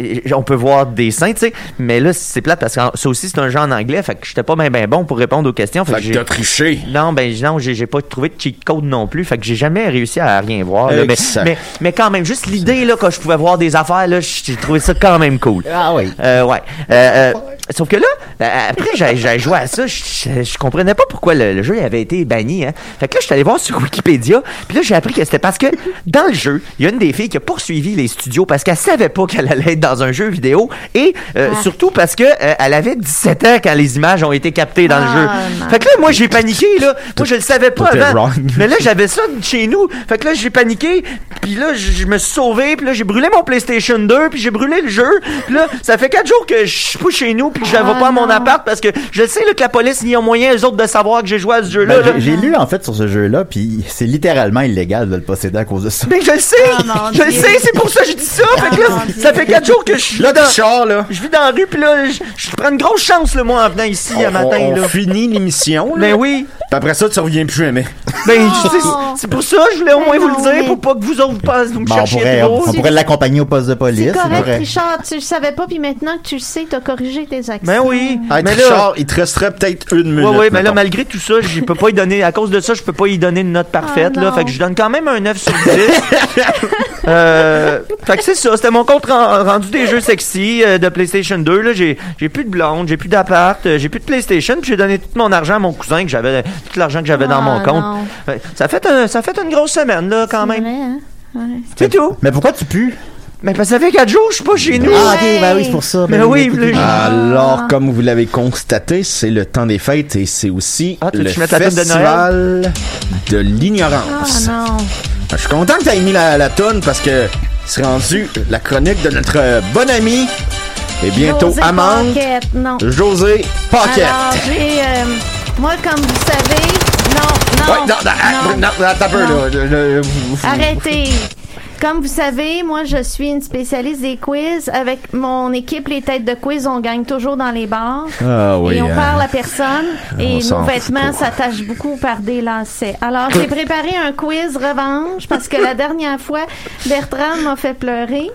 Speaker 5: euh, on peut voir des seins, tu sais, mais là, c'est plate parce que en- ça aussi, c'est un jeu en anglais, fait que j'étais pas bien, bon pour répondre aux questions. Fait
Speaker 4: Fait
Speaker 5: que
Speaker 4: que
Speaker 5: j'ai-
Speaker 4: t'as triché.
Speaker 5: non, ben non, j'ai j'ai pas trouvé de cheat code non plus, fait que j'ai jamais réussi à rien voir. là, mais,
Speaker 4: Exact.
Speaker 5: mais, mais quand même, juste l'idée là que je pouvais voir des affaires, là, j'ai trouvé ça quand même cool.
Speaker 6: Ah oui.
Speaker 5: Euh, ouais. Euh, euh, sauf que là, ben, après, j'ai- j'ai joué à ça, je- je je comprenais pas pourquoi le, le jeu avait été banni. Hein. Fait que là, je suis allé voir sur Wikipédia, puis là, j'ai appris que c'était parce que dans le jeu, il y a une des filles qui a poursuivi les studios parce qu'elle savait pas qu'elle allait être dans un jeu vidéo et euh,
Speaker 7: Ah.
Speaker 5: surtout parce que euh, elle avait 17 ans quand les images ont été captées dans le jeu.
Speaker 7: Ah, non.
Speaker 5: Fait que là, moi, j'ai paniqué, là. Moi, je le savais pas
Speaker 6: Tout est
Speaker 5: avant.
Speaker 6: wrong.
Speaker 5: ben, Mais là, j'avais ça chez nous. Fait que là, j'ai paniqué. Puis là, je je me suis sauvé. Puis là, j'ai brûlé mon PlayStation 2. Puis j'ai brûlé le jeu. Puis là, ça fait quatre jours que je suis pas chez nous. Puis que je vais
Speaker 7: Ah,
Speaker 5: pas à mon
Speaker 7: non.
Speaker 5: appart parce que je le sais, là, que la police n'y a moyen, eux autres, de savoir que j'ai joué à ce jeu-là.
Speaker 6: Ben,
Speaker 4: Euh,
Speaker 5: là.
Speaker 6: j'ai- j'ai lu en fait sur ce jeu-là, puis c'est littéralement illégal de le posséder à cause de ça.
Speaker 5: Mais je le sais!
Speaker 7: Oh, mon
Speaker 5: je le
Speaker 7: Dieu.
Speaker 5: sais, c'est pour ça que j'ai dit ça! Fait que là,
Speaker 7: Oh, mon
Speaker 5: ça
Speaker 7: Dieu.
Speaker 5: fait quatre jours que je suis là dans.
Speaker 4: Char, là.
Speaker 5: Je vis dans la rue, puis là, je- je prends une grosse chance, le moi, en venant ici,
Speaker 4: On,
Speaker 5: à matin,
Speaker 4: on- on
Speaker 5: là.
Speaker 4: finit l'émission, là.
Speaker 5: Ben oui!
Speaker 4: Puis après ça, tu reviens plus jamais.
Speaker 5: Ben,
Speaker 7: Ah.
Speaker 5: je- c'est- c'est pour ça, je voulais au
Speaker 7: Mais
Speaker 5: moins vous
Speaker 7: non,
Speaker 5: le dire,
Speaker 7: mais-
Speaker 5: pour pas que vous autres pensez, vous me
Speaker 6: Bon, Ben, on
Speaker 5: cherchiez
Speaker 6: pourrait,
Speaker 5: trop.
Speaker 6: on pourrait l'accompagner au poste de
Speaker 7: C'est
Speaker 6: police. on
Speaker 7: correct,
Speaker 6: pourrait-
Speaker 7: Richard. Tu le savais pas, puis maintenant que tu le sais, t'as corrigé tes actions.
Speaker 5: Ben oui.
Speaker 4: Hey,
Speaker 5: mais là,
Speaker 4: Richard, il te resterait peut-être une
Speaker 5: ouais,
Speaker 4: minute.
Speaker 5: ouais, mais là,
Speaker 4: mettons.
Speaker 5: malgré tout ça, je peux pas y donner, à cause de ça, je peux pas y donner une note parfaite,
Speaker 7: Ah,
Speaker 5: là.
Speaker 7: non.
Speaker 5: Fait que je donne quand même un 9 sur 10. euh, fait que c'est ça, c'était mon compte ren- rendu des jeux sexy euh, de PlayStation 2, là. J'ai, j'ai plus de blonde, j'ai plus d'appart, euh, j'ai plus de PlayStation, puis j'ai donné tout mon argent à mon cousin que j'avais, tout l'argent que j'avais dans
Speaker 7: Ah,
Speaker 5: mon compte.
Speaker 7: non.
Speaker 5: Fait- Ça fait, un- ça fait une grosse semaine, là, quand
Speaker 7: C'est
Speaker 5: même.
Speaker 7: vrai, hein? Ouais.
Speaker 5: C'est tout.
Speaker 6: Mais pourquoi tu pues?
Speaker 5: Mais parce que ça fait 4 jours, je suis pas chez nous.
Speaker 6: Ah, ok, ben oui, c'est pour ça.
Speaker 5: Mais
Speaker 6: ben
Speaker 5: oui, le-
Speaker 6: écoutez.
Speaker 4: ah, Alors, comme vous l'avez constaté, c'est le temps des fêtes et c'est aussi
Speaker 5: Ah, tu veux
Speaker 4: le
Speaker 5: que je mette la toune de
Speaker 4: festival de,
Speaker 7: Ah
Speaker 4: l'ignorance.
Speaker 7: non.
Speaker 4: Je suis content que tu aies mis la, la toune parce que c'est rendu la chronique de notre euh, bonne amie et bientôt
Speaker 7: Josée
Speaker 4: amante,
Speaker 7: Paquette, non.
Speaker 4: José Paquette.
Speaker 7: Alors, j'ai. euh, moi, comme vous savez. Non, non.
Speaker 4: Ouais, non, non, ah,
Speaker 7: non.
Speaker 4: non, non, t'as peur,
Speaker 7: Non.
Speaker 4: là. Je- je- vous- vous-
Speaker 7: Arrêtez. Comme vous savez, moi, je suis une spécialiste des quiz. Avec mon équipe, les têtes de quiz, on gagne toujours dans les bars.
Speaker 4: Ah oui.
Speaker 7: et on
Speaker 4: hein. Ah,
Speaker 7: parle à personne.
Speaker 4: on
Speaker 7: Et
Speaker 4: s'en
Speaker 7: nos
Speaker 4: fout pas.
Speaker 7: vêtements s'attachent beaucoup par des lacets. Alors, j'ai préparé un quiz revanche parce que la dernière fois, Bertrand m'a fait pleurer.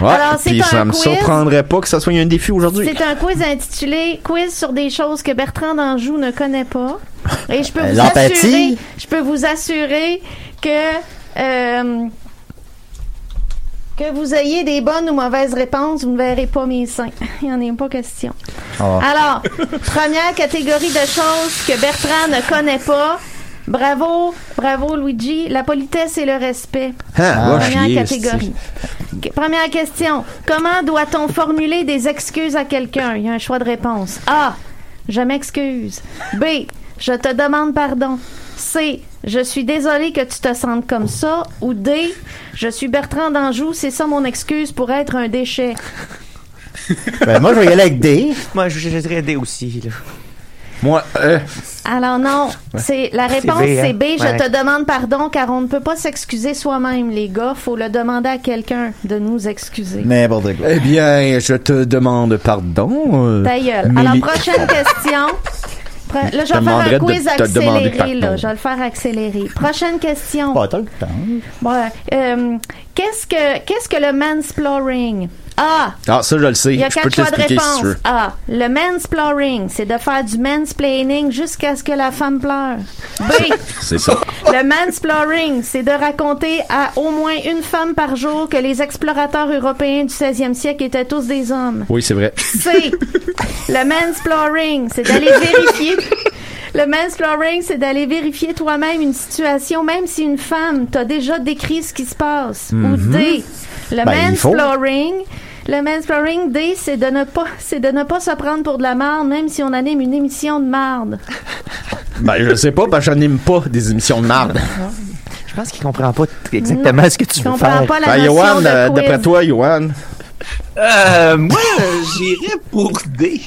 Speaker 4: Ouais,
Speaker 7: Alors, c'est
Speaker 4: puis
Speaker 7: un
Speaker 4: ça me
Speaker 7: quiz.
Speaker 4: surprendrait pas que ça soit un défi aujourd'hui.
Speaker 7: C'est un quiz intitulé Quiz sur des choses que Bertrand d'Anjou ne connaît pas. Et je peux
Speaker 6: Euh,
Speaker 7: vous
Speaker 6: l'empathie.
Speaker 7: assurer, je peux vous assurer que euh, que vous ayez des bonnes ou mauvaises réponses, vous ne verrez pas mes seins. Il n'y en a pas question.
Speaker 6: Ah.
Speaker 7: Alors, première catégorie de choses que Bertrand ne connaît pas. Bravo, bravo Luigi. La politesse et le respect.
Speaker 4: Ah, va
Speaker 7: Première
Speaker 4: chier,
Speaker 7: catégorie. Qu- Première question. Comment doit-on formuler des excuses à quelqu'un? Il y a un choix de réponse. A. Je m'excuse. B. Je te demande pardon. C. Je suis désolé que tu te sentes comme ça. Ou D. Je suis Bertrand d'Anjou, c'est ça mon excuse pour être un déchet.
Speaker 6: Ben, moi, je vais y aller avec D.
Speaker 5: Moi, je je dirais D aussi. Là.
Speaker 4: Moi, euh,
Speaker 7: Alors non, c'est la
Speaker 5: C'est
Speaker 7: réponse
Speaker 5: B, hein?
Speaker 7: c'est B. Je
Speaker 5: Ouais.
Speaker 7: te demande pardon car on ne peut pas s'excuser soi-même, les gars. Faut le demander à quelqu'un de nous excuser.
Speaker 6: N'importe quoi.
Speaker 4: eh bien, je te demande pardon. euh,
Speaker 7: Ta gueule.
Speaker 4: Mélie.
Speaker 7: Alors prochaine question. Pre- Là, je
Speaker 4: Je
Speaker 7: vais faire
Speaker 4: demanderais
Speaker 7: un
Speaker 4: de
Speaker 7: quiz
Speaker 4: te
Speaker 7: accéléré.
Speaker 4: demander
Speaker 7: Là.
Speaker 4: pardon.
Speaker 7: Je vais le faire accéléré. Prochaine question.
Speaker 6: Pas tant hein. le temps.
Speaker 7: Ouais, euh, qu'est-ce que qu'est-ce que le mansploring? A.
Speaker 4: Ah, ça, je le sais.
Speaker 7: Il y a
Speaker 4: Je peux
Speaker 7: quatre
Speaker 4: te
Speaker 7: choix de
Speaker 4: l'expliquer si tu
Speaker 7: réponse.
Speaker 4: veux.
Speaker 7: A. Le mansploring, c'est de faire du mansplaining jusqu'à ce que la femme pleure. B.
Speaker 4: C'est ça.
Speaker 7: Le mansploring, c'est de raconter à au moins une femme par jour que les explorateurs européens du 16e siècle étaient tous des hommes.
Speaker 4: Oui, c'est vrai.
Speaker 7: C. Le mansploring, c'est d'aller vérifier. Le mansploring, c'est d'aller vérifier toi-même une situation, même si une femme t'a déjà décrit ce qui se passe. Ou D. Le
Speaker 6: Ben, il faut.
Speaker 7: mansploring. Le mansploring D, c'est de ne pas, c'est de ne pas se prendre pour de la marde, même si on anime une émission de marde.
Speaker 4: Ben, je sais pas, parce que j'anime pas des émissions de marde.
Speaker 5: Je pense qu'il comprend pas t- exactement ce que tu
Speaker 7: Je
Speaker 5: veux
Speaker 7: comprends
Speaker 5: faire.
Speaker 7: pas la
Speaker 4: Ben,
Speaker 7: notion
Speaker 4: Yoann, euh,
Speaker 7: de quiz. Ah,
Speaker 4: d'après toi, Yoann.
Speaker 11: Euh, moi, euh, j'irais pour D,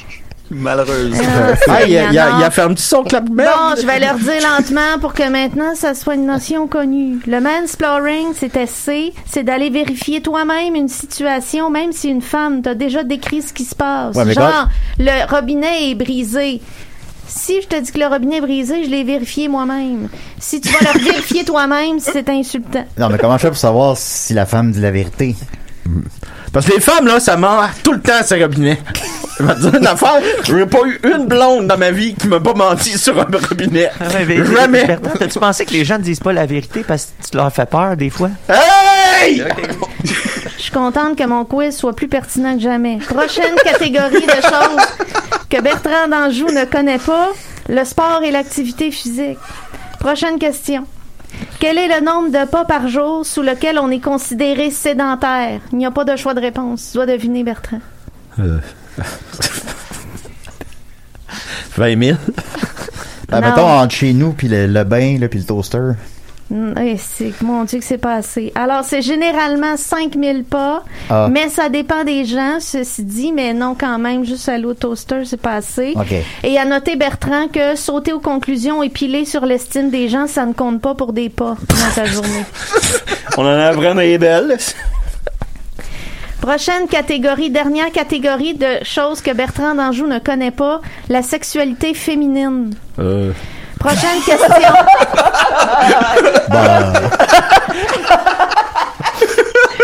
Speaker 11: malheureusement.
Speaker 7: Ah,
Speaker 4: Ah, il a,
Speaker 7: Seigneur,
Speaker 4: il a,
Speaker 7: non.
Speaker 4: il a fermé son clap
Speaker 7: Bon, je vais leur dire lentement pour que maintenant ça soit une notion connue. Le mansploring, c'était C, c'est d'aller vérifier toi-même une situation, même si une femme t'a déjà décrit ce qui se passe.
Speaker 6: Ouais, mais
Speaker 7: Genre,
Speaker 6: quand-
Speaker 7: le robinet est brisé. Si je te dis que le robinet est brisé, je l'ai vérifié moi-même. Si tu vas le vérifier toi-même, c'est insultant.
Speaker 6: Non, mais comment je fais pour savoir si la femme dit la vérité?
Speaker 4: Hmm. Parce que les femmes, là, ça ment tout le temps, ces robinets. Je vais te dire une affaire, j'ai pas eu une blonde dans ma vie qui m'a pas menti sur un robinet.
Speaker 5: Ouais, mais-
Speaker 4: Jamais.
Speaker 5: Bertrand, t'as-tu pensé que les gens ne disent pas la vérité parce que tu leur fais peur des fois?
Speaker 4: Hey!
Speaker 7: Je suis contente que mon quiz soit plus pertinent que jamais. Prochaine catégorie de choses que Bertrand d'Anjou ne connaît pas, le sport et l'activité physique. Prochaine question. Quel est le nombre de pas par jour sous lequel on est considéré sédentaire? Il n'y a pas de choix de réponse. Tu dois deviner, Bertrand.
Speaker 4: 20 000.
Speaker 6: Ben,
Speaker 7: Non.
Speaker 6: mettons entre chez nous, puis le, le bain, là, puis le toaster.
Speaker 7: Mm, eh, c'est, mon Dieu que c'est pas assez. Alors, c'est généralement 5000 pas,
Speaker 6: Ah.
Speaker 7: mais ça dépend des gens, ceci dit, mais non, quand même, juste à l'eau toaster, c'est pas assez.
Speaker 6: OK.
Speaker 7: Et à noter, Bertrand, que sauter aux conclusions et piler sur l'estime des gens, ça ne compte pas pour des pas dans ta journée.
Speaker 4: On en a vraiment des belles.
Speaker 7: Prochaine catégorie, dernière catégorie de choses que Bertrand d'Anjou ne connaît pas, la sexualité féminine.
Speaker 4: Euh.
Speaker 7: Prochaine question.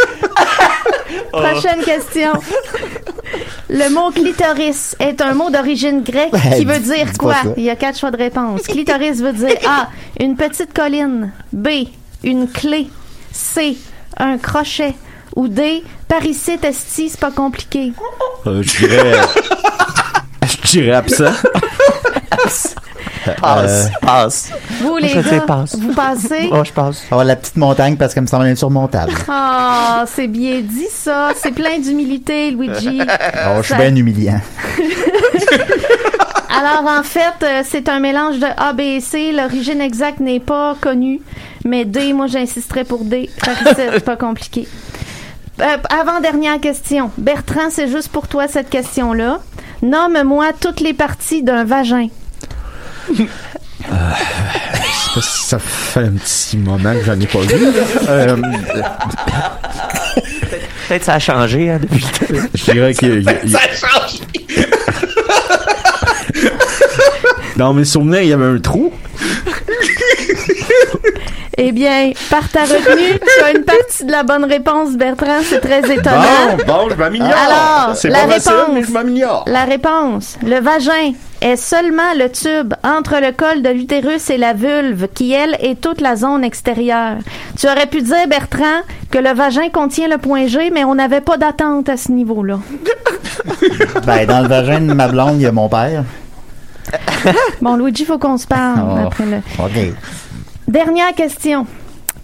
Speaker 7: Prochaine question. Le mot clitoris est un mot d'origine grecque
Speaker 6: Ouais,
Speaker 7: qui veut
Speaker 6: dis- dis
Speaker 7: dire
Speaker 6: pas
Speaker 7: quoi?
Speaker 6: ça.
Speaker 7: Il y a quatre choix de réponse. Clitoris veut dire A. Une petite colline. B. Une clé. C. Un crochet. Ou D. Paricite esti, c'est pas compliqué.
Speaker 4: Euh, je dirais. Je dirais absent.
Speaker 6: Euh,
Speaker 5: Passe, passe.
Speaker 7: Vous, les
Speaker 5: Je sais
Speaker 7: gars,
Speaker 5: pas.
Speaker 7: vous passez?
Speaker 5: Oh, je passe.
Speaker 6: Ah, la petite montagne, parce qu'elle me semble insurmontable.
Speaker 7: Ah, c'est bien dit ça. C'est plein d'humilité, Luigi.
Speaker 6: Oh, je suis
Speaker 7: Ça-
Speaker 6: bien humiliant.
Speaker 7: Alors, en fait, euh, c'est un mélange de A, B et C. L'origine exacte n'est pas connue. Mais D, moi, j'insisterais pour D. Parce que c'est pas compliqué. Euh, Avant-dernière question. Bertrand, c'est juste pour toi cette question-là. Nomme-moi toutes les parties d'un vagin.
Speaker 4: Ça, ça fait un petit moment que j'en ai pas vu. Euh,
Speaker 5: Peut-être ça a changé hein, depuis le temps.
Speaker 4: je dirais que. Ça change! Dans mes souvenirs, il y avait un trou.
Speaker 7: Eh bien, par ta retenue, tu as une partie de la bonne réponse, Bertrand. C'est très étonnant.
Speaker 4: Bon, bon, je m'améliore.
Speaker 7: Ah, Alors,
Speaker 4: c'est
Speaker 7: la
Speaker 4: pas facile,
Speaker 7: réponse.
Speaker 4: mais je m'améliore.
Speaker 7: La réponse, le vagin, est seulement le tube entre le col de l'utérus et la vulve, qui, elle, est toute la zone extérieure. Tu aurais pu dire, Bertrand, que le vagin contient le point G, mais on n'avait pas d'attente à ce niveau-là.
Speaker 6: Ben, dans le vagin de ma blonde, il y a mon père.
Speaker 7: Bon, Luigi, faut qu'on se parle
Speaker 6: Oh.
Speaker 7: après le...
Speaker 6: OK.
Speaker 7: Dernière question.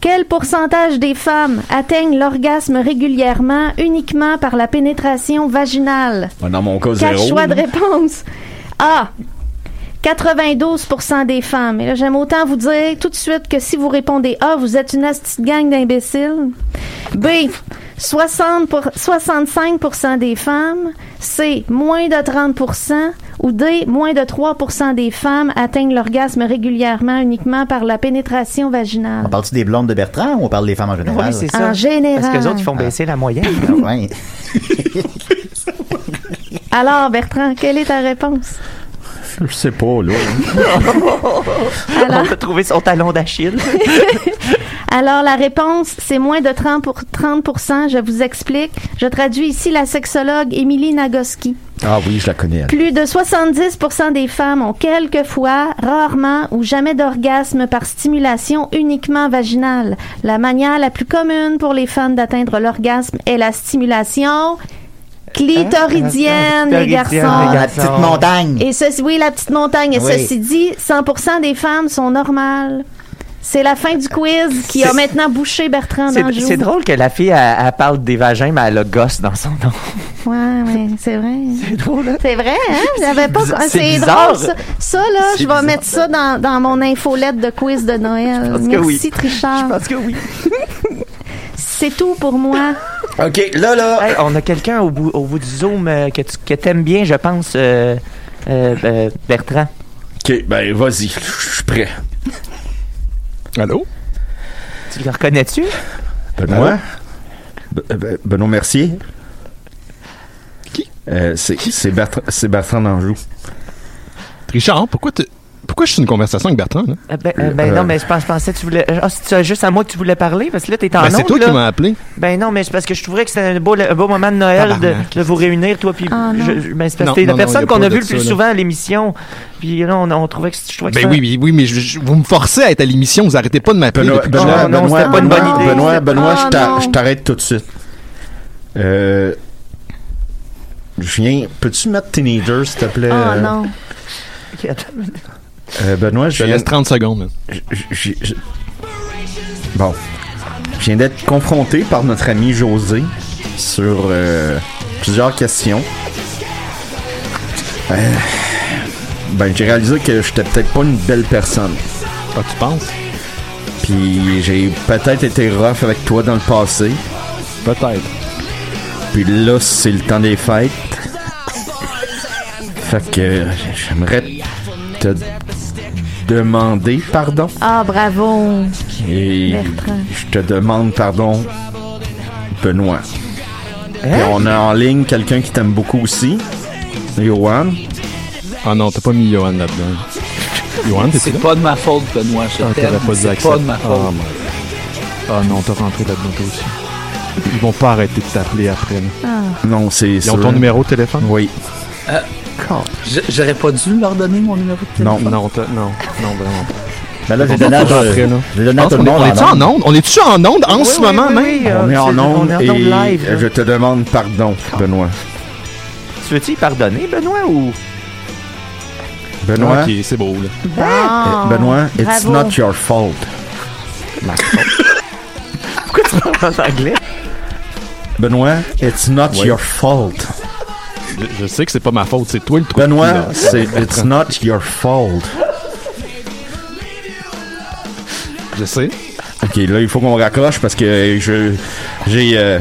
Speaker 7: Quel pourcentage des femmes atteignent l'orgasme régulièrement uniquement par la pénétration vaginale?
Speaker 4: Dans mon cas,
Speaker 7: Quatre
Speaker 4: zéro.
Speaker 7: choix de réponse. A. 92 des femmes. Et là, j'aime autant vous dire tout de suite que si vous répondez A, vous êtes une petite gang d'imbéciles. B, 60 pour- 65 des femmes. C, moins de 30 ou D, moins de 3 des femmes atteignent l'orgasme régulièrement uniquement par la pénétration vaginale.
Speaker 4: Ah.
Speaker 6: On parle-tu des blondes de Bertrand ou on parle des femmes en général?
Speaker 7: Oui, c'est ça. En général.
Speaker 5: Parce que les autres, ils font
Speaker 6: Ah.
Speaker 5: baisser la moyenne.
Speaker 6: Ouais.
Speaker 7: Alors, Bertrand, quelle est ta réponse?
Speaker 6: Je sais pas, là.
Speaker 5: On peut trouver son talon d'Achille.
Speaker 7: Alors, la réponse, c'est moins de 30, pour 30 Je vous explique. Je traduis ici la sexologue Émilie Nagoski.
Speaker 4: Ah oui, je la connais. elle.
Speaker 7: Plus de 70 des femmes ont quelquefois, rarement ou jamais d'orgasme par stimulation uniquement vaginale. La manière la plus commune pour les femmes d'atteindre l'orgasme est la stimulation Hein? clitoridienne, les garçons.
Speaker 6: La petite montagne.
Speaker 7: Et ceci, oui, la petite montagne. Et
Speaker 6: Oui.
Speaker 7: ceci dit, 100% des femmes sont normales. C'est la fin du quiz qui a
Speaker 5: C'est-
Speaker 7: maintenant bouché Bertrand
Speaker 5: C'est-
Speaker 7: d'Anjou.
Speaker 5: C'est drôle que la fille, elle, elle parle des vagins, mais elle a gosse dans son nom.
Speaker 7: Ouais, ouais, c'est vrai. C'est
Speaker 5: drôle,
Speaker 7: C'est vrai, hein? J'avais pas.
Speaker 5: bizarre.
Speaker 7: C'est
Speaker 5: C'est
Speaker 7: drôle,
Speaker 5: bizarre.
Speaker 7: ça. Ça, là,
Speaker 5: C'est
Speaker 7: je vais
Speaker 5: bizarre.
Speaker 7: mettre ça dans, dans mon infolette de quiz de Noël.
Speaker 4: pense que
Speaker 7: Merci,
Speaker 4: oui.
Speaker 7: Trichard. Je
Speaker 5: pense que oui.
Speaker 7: c'est tout pour moi.
Speaker 4: OK, là, là.
Speaker 5: on a quelqu'un au bout, au bout du Zoom euh, que tu que t'aimes bien, je pense, euh, euh, euh, Bertrand.
Speaker 4: OK, ben vas-y, je suis prêt. Allô?
Speaker 5: Tu le reconnais-tu? Euh,
Speaker 4: Benoît? Be- euh, Be- Benoît Mercier? Qui? c'est c'est Bertrand, c'est Bertrand d'Anjou.
Speaker 12: Richard, pourquoi tu. Pourquoi je suis une conversation avec Bertrand, là?
Speaker 5: Euh, ben, euh, ben
Speaker 12: Euh,
Speaker 5: non, mais je pense- pensais que tu voulais. Ah, c'est juste à moi que tu voulais parler, parce que là, t'es en
Speaker 12: Ben, c'est
Speaker 5: onde,
Speaker 12: toi
Speaker 5: Ah, là.
Speaker 12: qui m'as appelé.
Speaker 5: Ben non, mais c'est parce que je trouvais que c'était un beau, un beau moment de Noël de,
Speaker 12: Tabarnak.
Speaker 5: de vous réunir, toi, puis.
Speaker 12: Ah, non.
Speaker 5: je- je- ben, c'est parce
Speaker 12: Non,
Speaker 5: que t'es
Speaker 12: non,
Speaker 5: la
Speaker 12: non, y
Speaker 5: personne
Speaker 12: a
Speaker 5: qu'on
Speaker 12: pas
Speaker 5: a
Speaker 12: de
Speaker 5: vue le
Speaker 12: ça,
Speaker 5: plus
Speaker 12: là.
Speaker 5: souvent à l'émission. Puis là, on, on trouvait que je trouvais que
Speaker 12: Ben
Speaker 5: c'était-
Speaker 12: oui, oui, oui, mais je- je- vous me forcez à être à l'émission, vous arrêtez pas de m'appeler.
Speaker 4: Benoît,
Speaker 12: depuis que
Speaker 4: Benoît,
Speaker 12: je-
Speaker 4: Benoît, Benoît, Benoît, Benoît,
Speaker 12: Ah,
Speaker 4: je t'a-
Speaker 12: non.
Speaker 4: je t'arrête tout de suite. Euh, je viens. Peux-tu mettre Teenager, s'il te plaît?
Speaker 7: Oh
Speaker 4: euh,
Speaker 7: non.
Speaker 4: euh, Benoît, je
Speaker 12: te
Speaker 4: viens-
Speaker 12: laisse 30 secondes.
Speaker 4: je- je- je- Bon. Je viens d'être confronté par notre ami José sur euh, plusieurs questions. Euh, ben, j'ai réalisé que j'étais peut-être pas une belle personne.
Speaker 12: Ah, tu penses?
Speaker 4: Puis j'ai peut-être été rough avec toi dans le passé.
Speaker 12: Peut-être.
Speaker 4: Puis là, c'est le temps des fêtes. Fait que j'aimerais te demander pardon.
Speaker 7: Ah, bravo.
Speaker 4: Et
Speaker 7: Bertrand.
Speaker 4: je te demande pardon, Benoît. Puis
Speaker 7: Hein?
Speaker 4: on a en ligne quelqu'un qui t'aime beaucoup aussi, Johan.
Speaker 12: Ah non, t'as pas mis Johan là-dedans. Johan, t'es
Speaker 11: C'est pas de ma faute, Benoît. Je
Speaker 12: Ah,
Speaker 11: t'aime.
Speaker 12: t'aurais pas dû
Speaker 11: C'est pas
Speaker 12: accepter.
Speaker 11: de ma
Speaker 12: Ah,
Speaker 11: faute.
Speaker 12: mon Dieu. Ah non, t'as rentré là-dedans toi aussi. Ils vont pas arrêter de t'appeler après. là.
Speaker 4: Non, c'est
Speaker 12: Ils ont ton numéro de téléphone?
Speaker 4: Oui.
Speaker 11: Euh, j- J'aurais pas dû leur donner mon numéro de téléphone.
Speaker 12: Non, non, t'as- non, non, vraiment pas.
Speaker 6: Ben
Speaker 11: là, j'ai donné à-
Speaker 6: j'ai donné à tout le monde
Speaker 12: On est-tu
Speaker 6: en
Speaker 12: en onde? On est-tu en onde en
Speaker 5: Oui,
Speaker 12: ce
Speaker 5: oui,
Speaker 12: moment
Speaker 5: oui,
Speaker 12: même?
Speaker 5: oui, euh,
Speaker 4: on est en onde
Speaker 5: on est
Speaker 4: et
Speaker 5: en onde live, là.
Speaker 4: je te demande pardon, Benoît.
Speaker 5: Tu veux-tu y pardonner, Benoît, ou.
Speaker 4: Benoît,
Speaker 12: Ok, c'est beau, là.
Speaker 7: Ah,
Speaker 4: euh, Benoît, it's
Speaker 5: Bravo.
Speaker 4: not your fault.
Speaker 5: Pourquoi tu parles en anglais?
Speaker 4: Benoît, it's not
Speaker 12: Ouais.
Speaker 4: your fault.
Speaker 12: Je, je sais que c'est pas ma faute, c'est toi le trou.
Speaker 4: Benoît,
Speaker 12: Là.
Speaker 4: c'est it's not your fault.
Speaker 12: Je sais.
Speaker 4: Ok, là, il faut qu'on raccroche parce que je j'ai euh,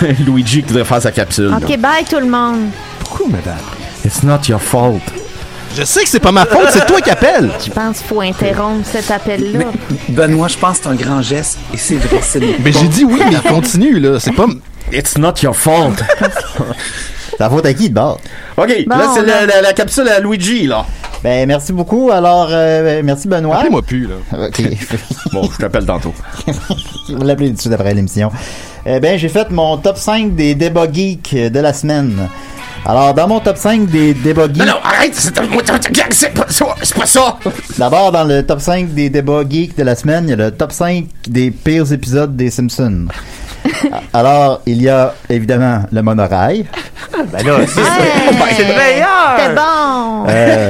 Speaker 4: Luigi qui voudrait faire sa capsule.
Speaker 7: OK, bye tout le monde.
Speaker 12: Pourquoi, madame?
Speaker 4: It's not your fault.
Speaker 12: Je sais que c'est pas ma faute, c'est toi qui appelles.
Speaker 7: Je pense qu'il faut interrompre cet appel-là.
Speaker 11: Benoît, je pense que c'est un grand geste et c'est vrai, c'est
Speaker 12: Mais j'ai dit oui, mais continue, là. C'est pas.
Speaker 4: It's not your fault.
Speaker 6: Ta faute à qui, de bord?
Speaker 4: OK,
Speaker 6: Bon,
Speaker 4: là, c'est
Speaker 6: là.
Speaker 4: la, la- la capsule à Luigi, là.
Speaker 6: Ben, merci beaucoup. Alors, euh, ben, merci, Benoît.
Speaker 12: Appelez-moi plus, là.
Speaker 6: OK.
Speaker 4: bon, je t'appelle tantôt.
Speaker 6: On va l'appeler tout de suite après l'émission. Eh ben, j'ai fait mon top 5 des débats geeks euh, de la semaine. Alors, dans mon top 5 des débats geeks...
Speaker 4: Non, non, arrête! C'est c'est pas ça! C'est pas ça!
Speaker 6: D'abord, dans le top 5 des débats geeks de la semaine, il y a le top 5 des pires épisodes des Simpsons. Alors, il y a évidemment le monorail.
Speaker 5: Ben là, c'est-
Speaker 7: Hey, C'était bon.
Speaker 6: Euh,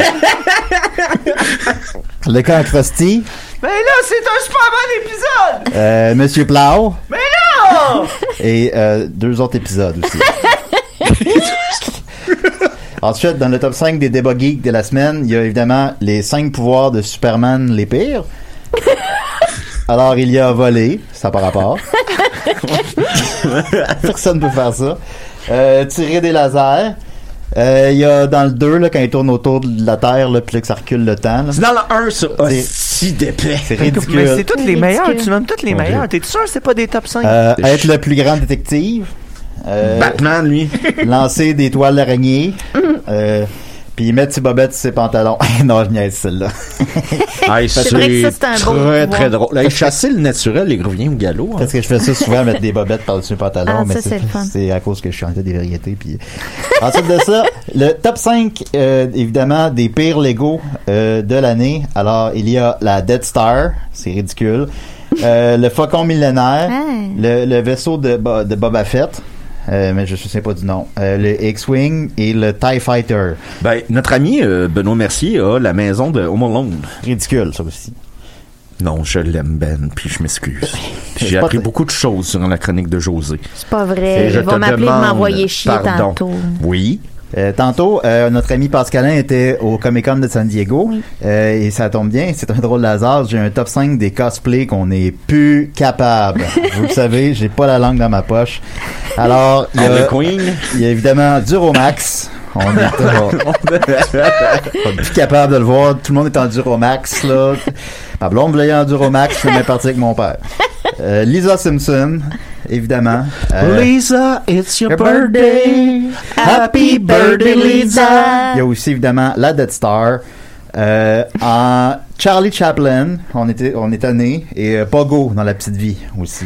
Speaker 6: le camp Krusty.
Speaker 5: Ben là, c'est un super bon épisode! Oh!
Speaker 6: euh, Monsieur Plow.
Speaker 5: Mais non!
Speaker 6: Et euh, deux autres épisodes aussi. Ensuite, dans le top 5 des débats geeks de la semaine, il y a évidemment les 5 pouvoirs de Superman les pires. Alors, il y a voler, ça par rapport. Personne ne peut faire ça. Euh, tirer des lasers. Euh, Il y a dans le 2, là, quand il tourne autour de la Terre, là, puis là, que ça recule le temps.
Speaker 4: C'est dans le 1, ça. Ah, si d'épais.
Speaker 6: C'est ridicule.
Speaker 5: Mais c'est toutes les meilleures, tu nommes toutes les
Speaker 6: Mon Dieu.
Speaker 5: meilleures. T'es sûr que c'est pas des top 5?
Speaker 6: Euh, être le plus grand détective. Euh,
Speaker 4: Batman, lui.
Speaker 6: lancer des toiles d'araignée. euh, puis mettre ses bobettes sur ses pantalons. non, je niaise celle-là.
Speaker 4: Ah,
Speaker 6: C'est vrai que ça, c'est un beau
Speaker 4: très,
Speaker 6: pouvoir.
Speaker 4: très drôle. Hey, chasser le naturel, les revient au galop. hein.
Speaker 6: Parce que je fais ça souvent, mettre des bobettes par-dessus le pantalon,
Speaker 7: Ah,
Speaker 6: mais
Speaker 7: ça, c'est
Speaker 6: c'est
Speaker 7: le fun.
Speaker 6: c'est à cause que je chantais des variétés. Puis... Ensuite de ça, le top 5, euh, évidemment, des pires Lego euh, de l'année. Alors, il y a la Dead Star, c'est ridicule. Euh, le Faucon Millénaire,
Speaker 7: Hey.
Speaker 6: le, le vaisseau de, Bo- de Boba Fett. euh, mais je ne sais pas du nom. Euh, le X-Wing et le TIE Fighter.
Speaker 4: Ben, notre ami euh, Benoît Mercier a la maison de Home Alone.
Speaker 6: Ridicule, ça aussi.
Speaker 4: Non, je l'aime, Ben, puis je m'excuse. Puis J'ai
Speaker 7: C'est pas
Speaker 4: appris
Speaker 7: vrai.
Speaker 4: beaucoup de choses durant la chronique de José.
Speaker 7: C'est pas
Speaker 4: Et
Speaker 7: vrai.
Speaker 4: je
Speaker 7: Eh, Ils vont
Speaker 4: te
Speaker 7: m'appeler et
Speaker 4: demande
Speaker 7: m'envoyer chier
Speaker 4: pardon.
Speaker 7: tantôt.
Speaker 4: Oui.
Speaker 6: Euh, tantôt, euh, notre ami Pascalin était au Comic Con de San Diego euh, et ça tombe bien, c'est un drôle de hasard. J'ai un top 5 des cosplays qu'on n'est plus capable. Vous le savez, j'ai pas la langue dans ma poche. Alors, il y a,
Speaker 4: And the Queen.
Speaker 6: il y a évidemment Duromax. On n'est plus capable de le voir. Tout le monde est en Duromax. Là. Ma blonde voulait en Duromax, je suis partie avec mon père. Euh, Lisa Simpson, évidemment. Euh,
Speaker 4: Lisa, it's your,
Speaker 6: Happy
Speaker 4: birthday, Lisa.
Speaker 6: Il y a aussi évidemment la Dead Star. Euh, en Charlie Chaplin, on était, on était né, et euh, Pogo dans La Petite Vie aussi.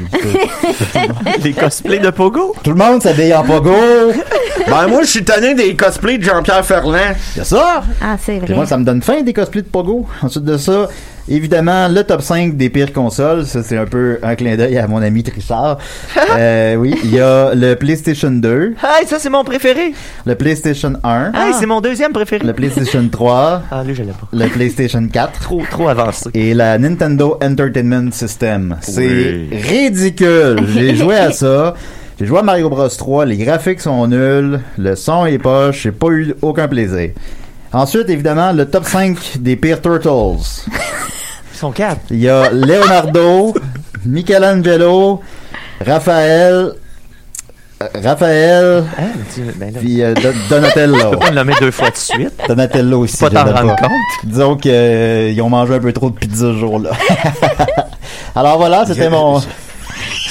Speaker 5: Les cosplays de Pogo?
Speaker 6: Tout le monde s'habille en Pogo.
Speaker 4: Ben, moi, je suis tanné des cosplays de Jean-Pierre Ferland.
Speaker 6: C'est ça!
Speaker 7: Ah, c'est
Speaker 6: Puis
Speaker 7: vrai.
Speaker 6: moi, ça me donne faim des cosplays de Pogo. Ensuite de ça, évidemment, le top 5 des pires consoles. Ça, c'est un peu un clin d'œil à mon ami Trissard. Euh, oui, il y a le PlayStation 2,
Speaker 5: Hey, ça, c'est mon préféré.
Speaker 6: le PlayStation 1,
Speaker 7: Ah.
Speaker 5: Hey, c'est mon deuxième préféré.
Speaker 6: le PlayStation 3,
Speaker 5: Ah, lui, je l'aime pas.
Speaker 6: le PlayStation 4.
Speaker 5: Trop, trop avancé.
Speaker 6: et la Nintendo Entertainment System. C'est ridicule. J'ai joué à ça. J'ai joué à Mario Bros 3. Les graphiques sont nuls. Le son est poche. J'ai pas eu aucun plaisir. Ensuite, évidemment, le top 5 des pires Turtles.
Speaker 5: Ils sont quatre.
Speaker 6: Il y a Leonardo, Michelangelo, Raphaël, euh, Raphaël,
Speaker 5: Ah, mais tu- ben là,
Speaker 6: puis euh, Don- Donatello.
Speaker 5: on l'a met deux fois de suite.
Speaker 6: Donatello aussi.
Speaker 5: Pas t'en
Speaker 6: j'aime
Speaker 5: rendre compte.
Speaker 6: Disons qu'ils ont mangé un peu trop de pizza ce jour-là. Alors voilà, c'était mon.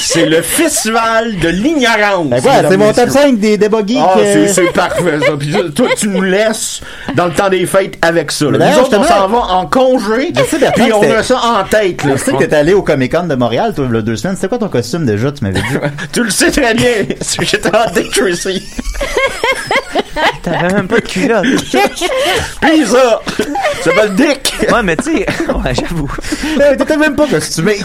Speaker 4: C'est le festival de l'ignorance.
Speaker 6: Ben voilà, c'est mon top 5 des débats geeks.
Speaker 4: Ah, c'est-
Speaker 6: euh,
Speaker 4: c'est parfait, ça. Puis toi, tu nous laisses dans le temps des fêtes avec ça. là.
Speaker 6: Mais
Speaker 4: Nous autres, on
Speaker 6: d'ailleurs,
Speaker 4: s'en va en congé,
Speaker 6: Je sais, Bertrand,
Speaker 4: puis on
Speaker 6: c'était-
Speaker 4: a ça en tête. Là.
Speaker 6: Je sais que t'es allé au Comic Con de Montréal, toi, il y a deux semaines. C'était quoi ton costume déjà, tu m'avais dit?
Speaker 4: Tu le sais très bien. J'étais en date Tracy.
Speaker 5: T'avais même pas de culotte.
Speaker 4: Puis ça, ça va le dick.
Speaker 5: Ouais, mais tu sais, ouais, j'avoue.
Speaker 6: Euh, t'étais même pas costumé.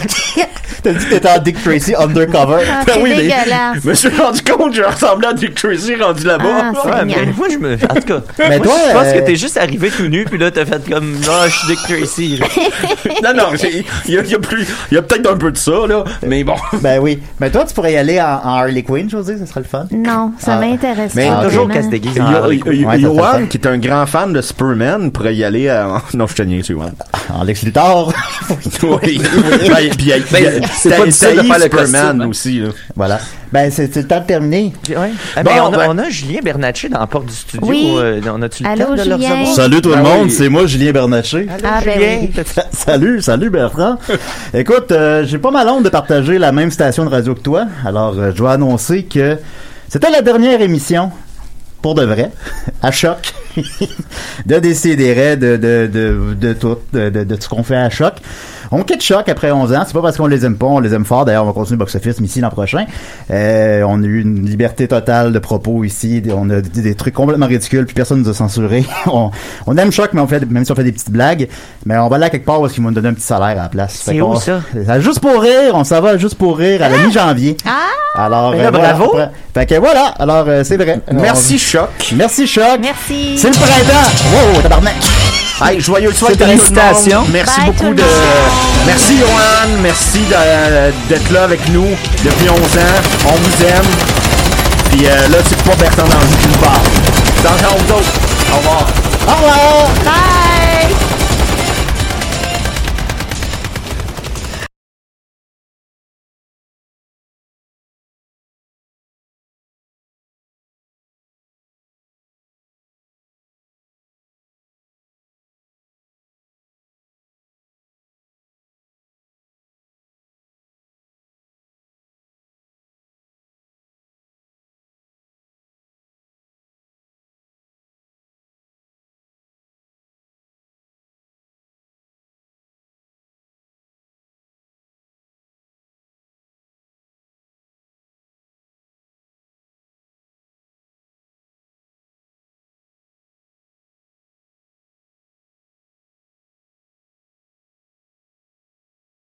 Speaker 6: T'as dit que t'étais en Dick Tracy undercover.
Speaker 7: Ah,
Speaker 4: Ben
Speaker 7: c'est
Speaker 4: oui, mais-
Speaker 7: dégueulasse.
Speaker 4: Je me suis rendu compte que je ressemblais à Dick Tracy rendu là-bas.
Speaker 7: Ah,
Speaker 5: Ouais,
Speaker 7: Seigneur.
Speaker 5: mais moi, je me. En tout cas,
Speaker 6: Mais
Speaker 5: moi,
Speaker 6: toi,
Speaker 5: je pense
Speaker 6: euh,
Speaker 5: que t'es juste arrivé tout nu, puis là, t'as fait comme. Ah, je suis Dick Tracy. là.
Speaker 4: non, non, j'ai- il y a, il y a plus- il y a peut-être un peu de ça, là, mais bon.
Speaker 6: Ben oui. Mais toi, tu pourrais y aller en, en Harley Quinn, José, ça serait le fun.
Speaker 7: Non, ça
Speaker 6: Ah.
Speaker 7: m'intéresse
Speaker 6: Mais
Speaker 7: pas. Ah,
Speaker 5: Toujours
Speaker 7: vraiment.
Speaker 5: qu'elle se déguise
Speaker 4: Il y
Speaker 5: en
Speaker 4: a-
Speaker 5: Harley
Speaker 4: il y a-
Speaker 6: Ouais, ça fait
Speaker 4: Yoann,
Speaker 6: ça.
Speaker 4: qui est un grand fan de Superman, pourrait y aller à... Non, je te niaise, Yoann.
Speaker 6: En Lex Luthor.
Speaker 4: Oui. Ben, puis, il-
Speaker 9: Ben,
Speaker 4: il-
Speaker 9: c'est
Speaker 4: t'as-
Speaker 9: pas difficile de
Speaker 4: t'haïs
Speaker 9: faire le
Speaker 4: Superman
Speaker 9: costume, hein.
Speaker 4: aussi, là.
Speaker 6: voilà. Ben, c'est c'est le temps de terminer.
Speaker 5: Puis, ouais. Ah, mais
Speaker 4: Bon,
Speaker 5: on, a,
Speaker 4: ben-
Speaker 5: on a Julien Bernatchez dans la porte du studio.
Speaker 7: Oui.
Speaker 5: euh, on a-tu le
Speaker 7: Allô,
Speaker 5: temps de le
Speaker 7: Julien?
Speaker 5: recevoir?
Speaker 6: Salut tout le
Speaker 4: Ben oui.
Speaker 6: monde, c'est moi Julien Bernatchez.
Speaker 7: Ah, ben oui.
Speaker 6: salut, salut Bertrand. Écoute, euh, j'ai pas mal honte de partager la même station de radio que toi. Alors, euh, je dois annoncer que c'était la dernière émission, pour de vrai, à choc, de décider de, de, de, de tout, de, de, de tout ce qu'on fait à choc. On quitte choc après 11 ans. C'est pas parce qu'on les aime pas, on les aime fort. D'ailleurs, on va continuer Box Office ici l'an prochain. Euh, on a eu une liberté totale de propos ici. On a dit des trucs complètement ridicules, puis personne nous a censuré. on, on aime choc, mais on fait, même si on fait des petites blagues, mais on va là quelque part où est-ce qu'ils vont nous donner un petit salaire à la place.
Speaker 5: C'est
Speaker 6: Fait
Speaker 5: où,
Speaker 6: qu'on-
Speaker 5: ça?
Speaker 6: à Ah, Juste pour rire, on s'en va à juste pour rire à la mi-janvier. Hein? Alors, euh,
Speaker 5: Ben là,
Speaker 6: voilà.
Speaker 5: bravo.
Speaker 6: Fait que voilà, alors euh, c'est vrai.
Speaker 4: Merci, Choc.
Speaker 6: On- Merci Choc.
Speaker 7: Merci.
Speaker 6: C'est le printemps. Wow, tabarnak.
Speaker 4: Hey, joyeux soir,
Speaker 5: Félicitations.
Speaker 4: Merci
Speaker 7: Bye, tout
Speaker 4: beaucoup
Speaker 7: le
Speaker 4: de.
Speaker 7: monde.
Speaker 4: Merci, Yoann. Merci de- d'être là avec nous depuis 11 ans. On vous aime. Puis euh, là, c'est pas Bertrand dans le parle.
Speaker 13: Attention, vous autres. Au revoir.
Speaker 4: Au revoir.
Speaker 11: Bye.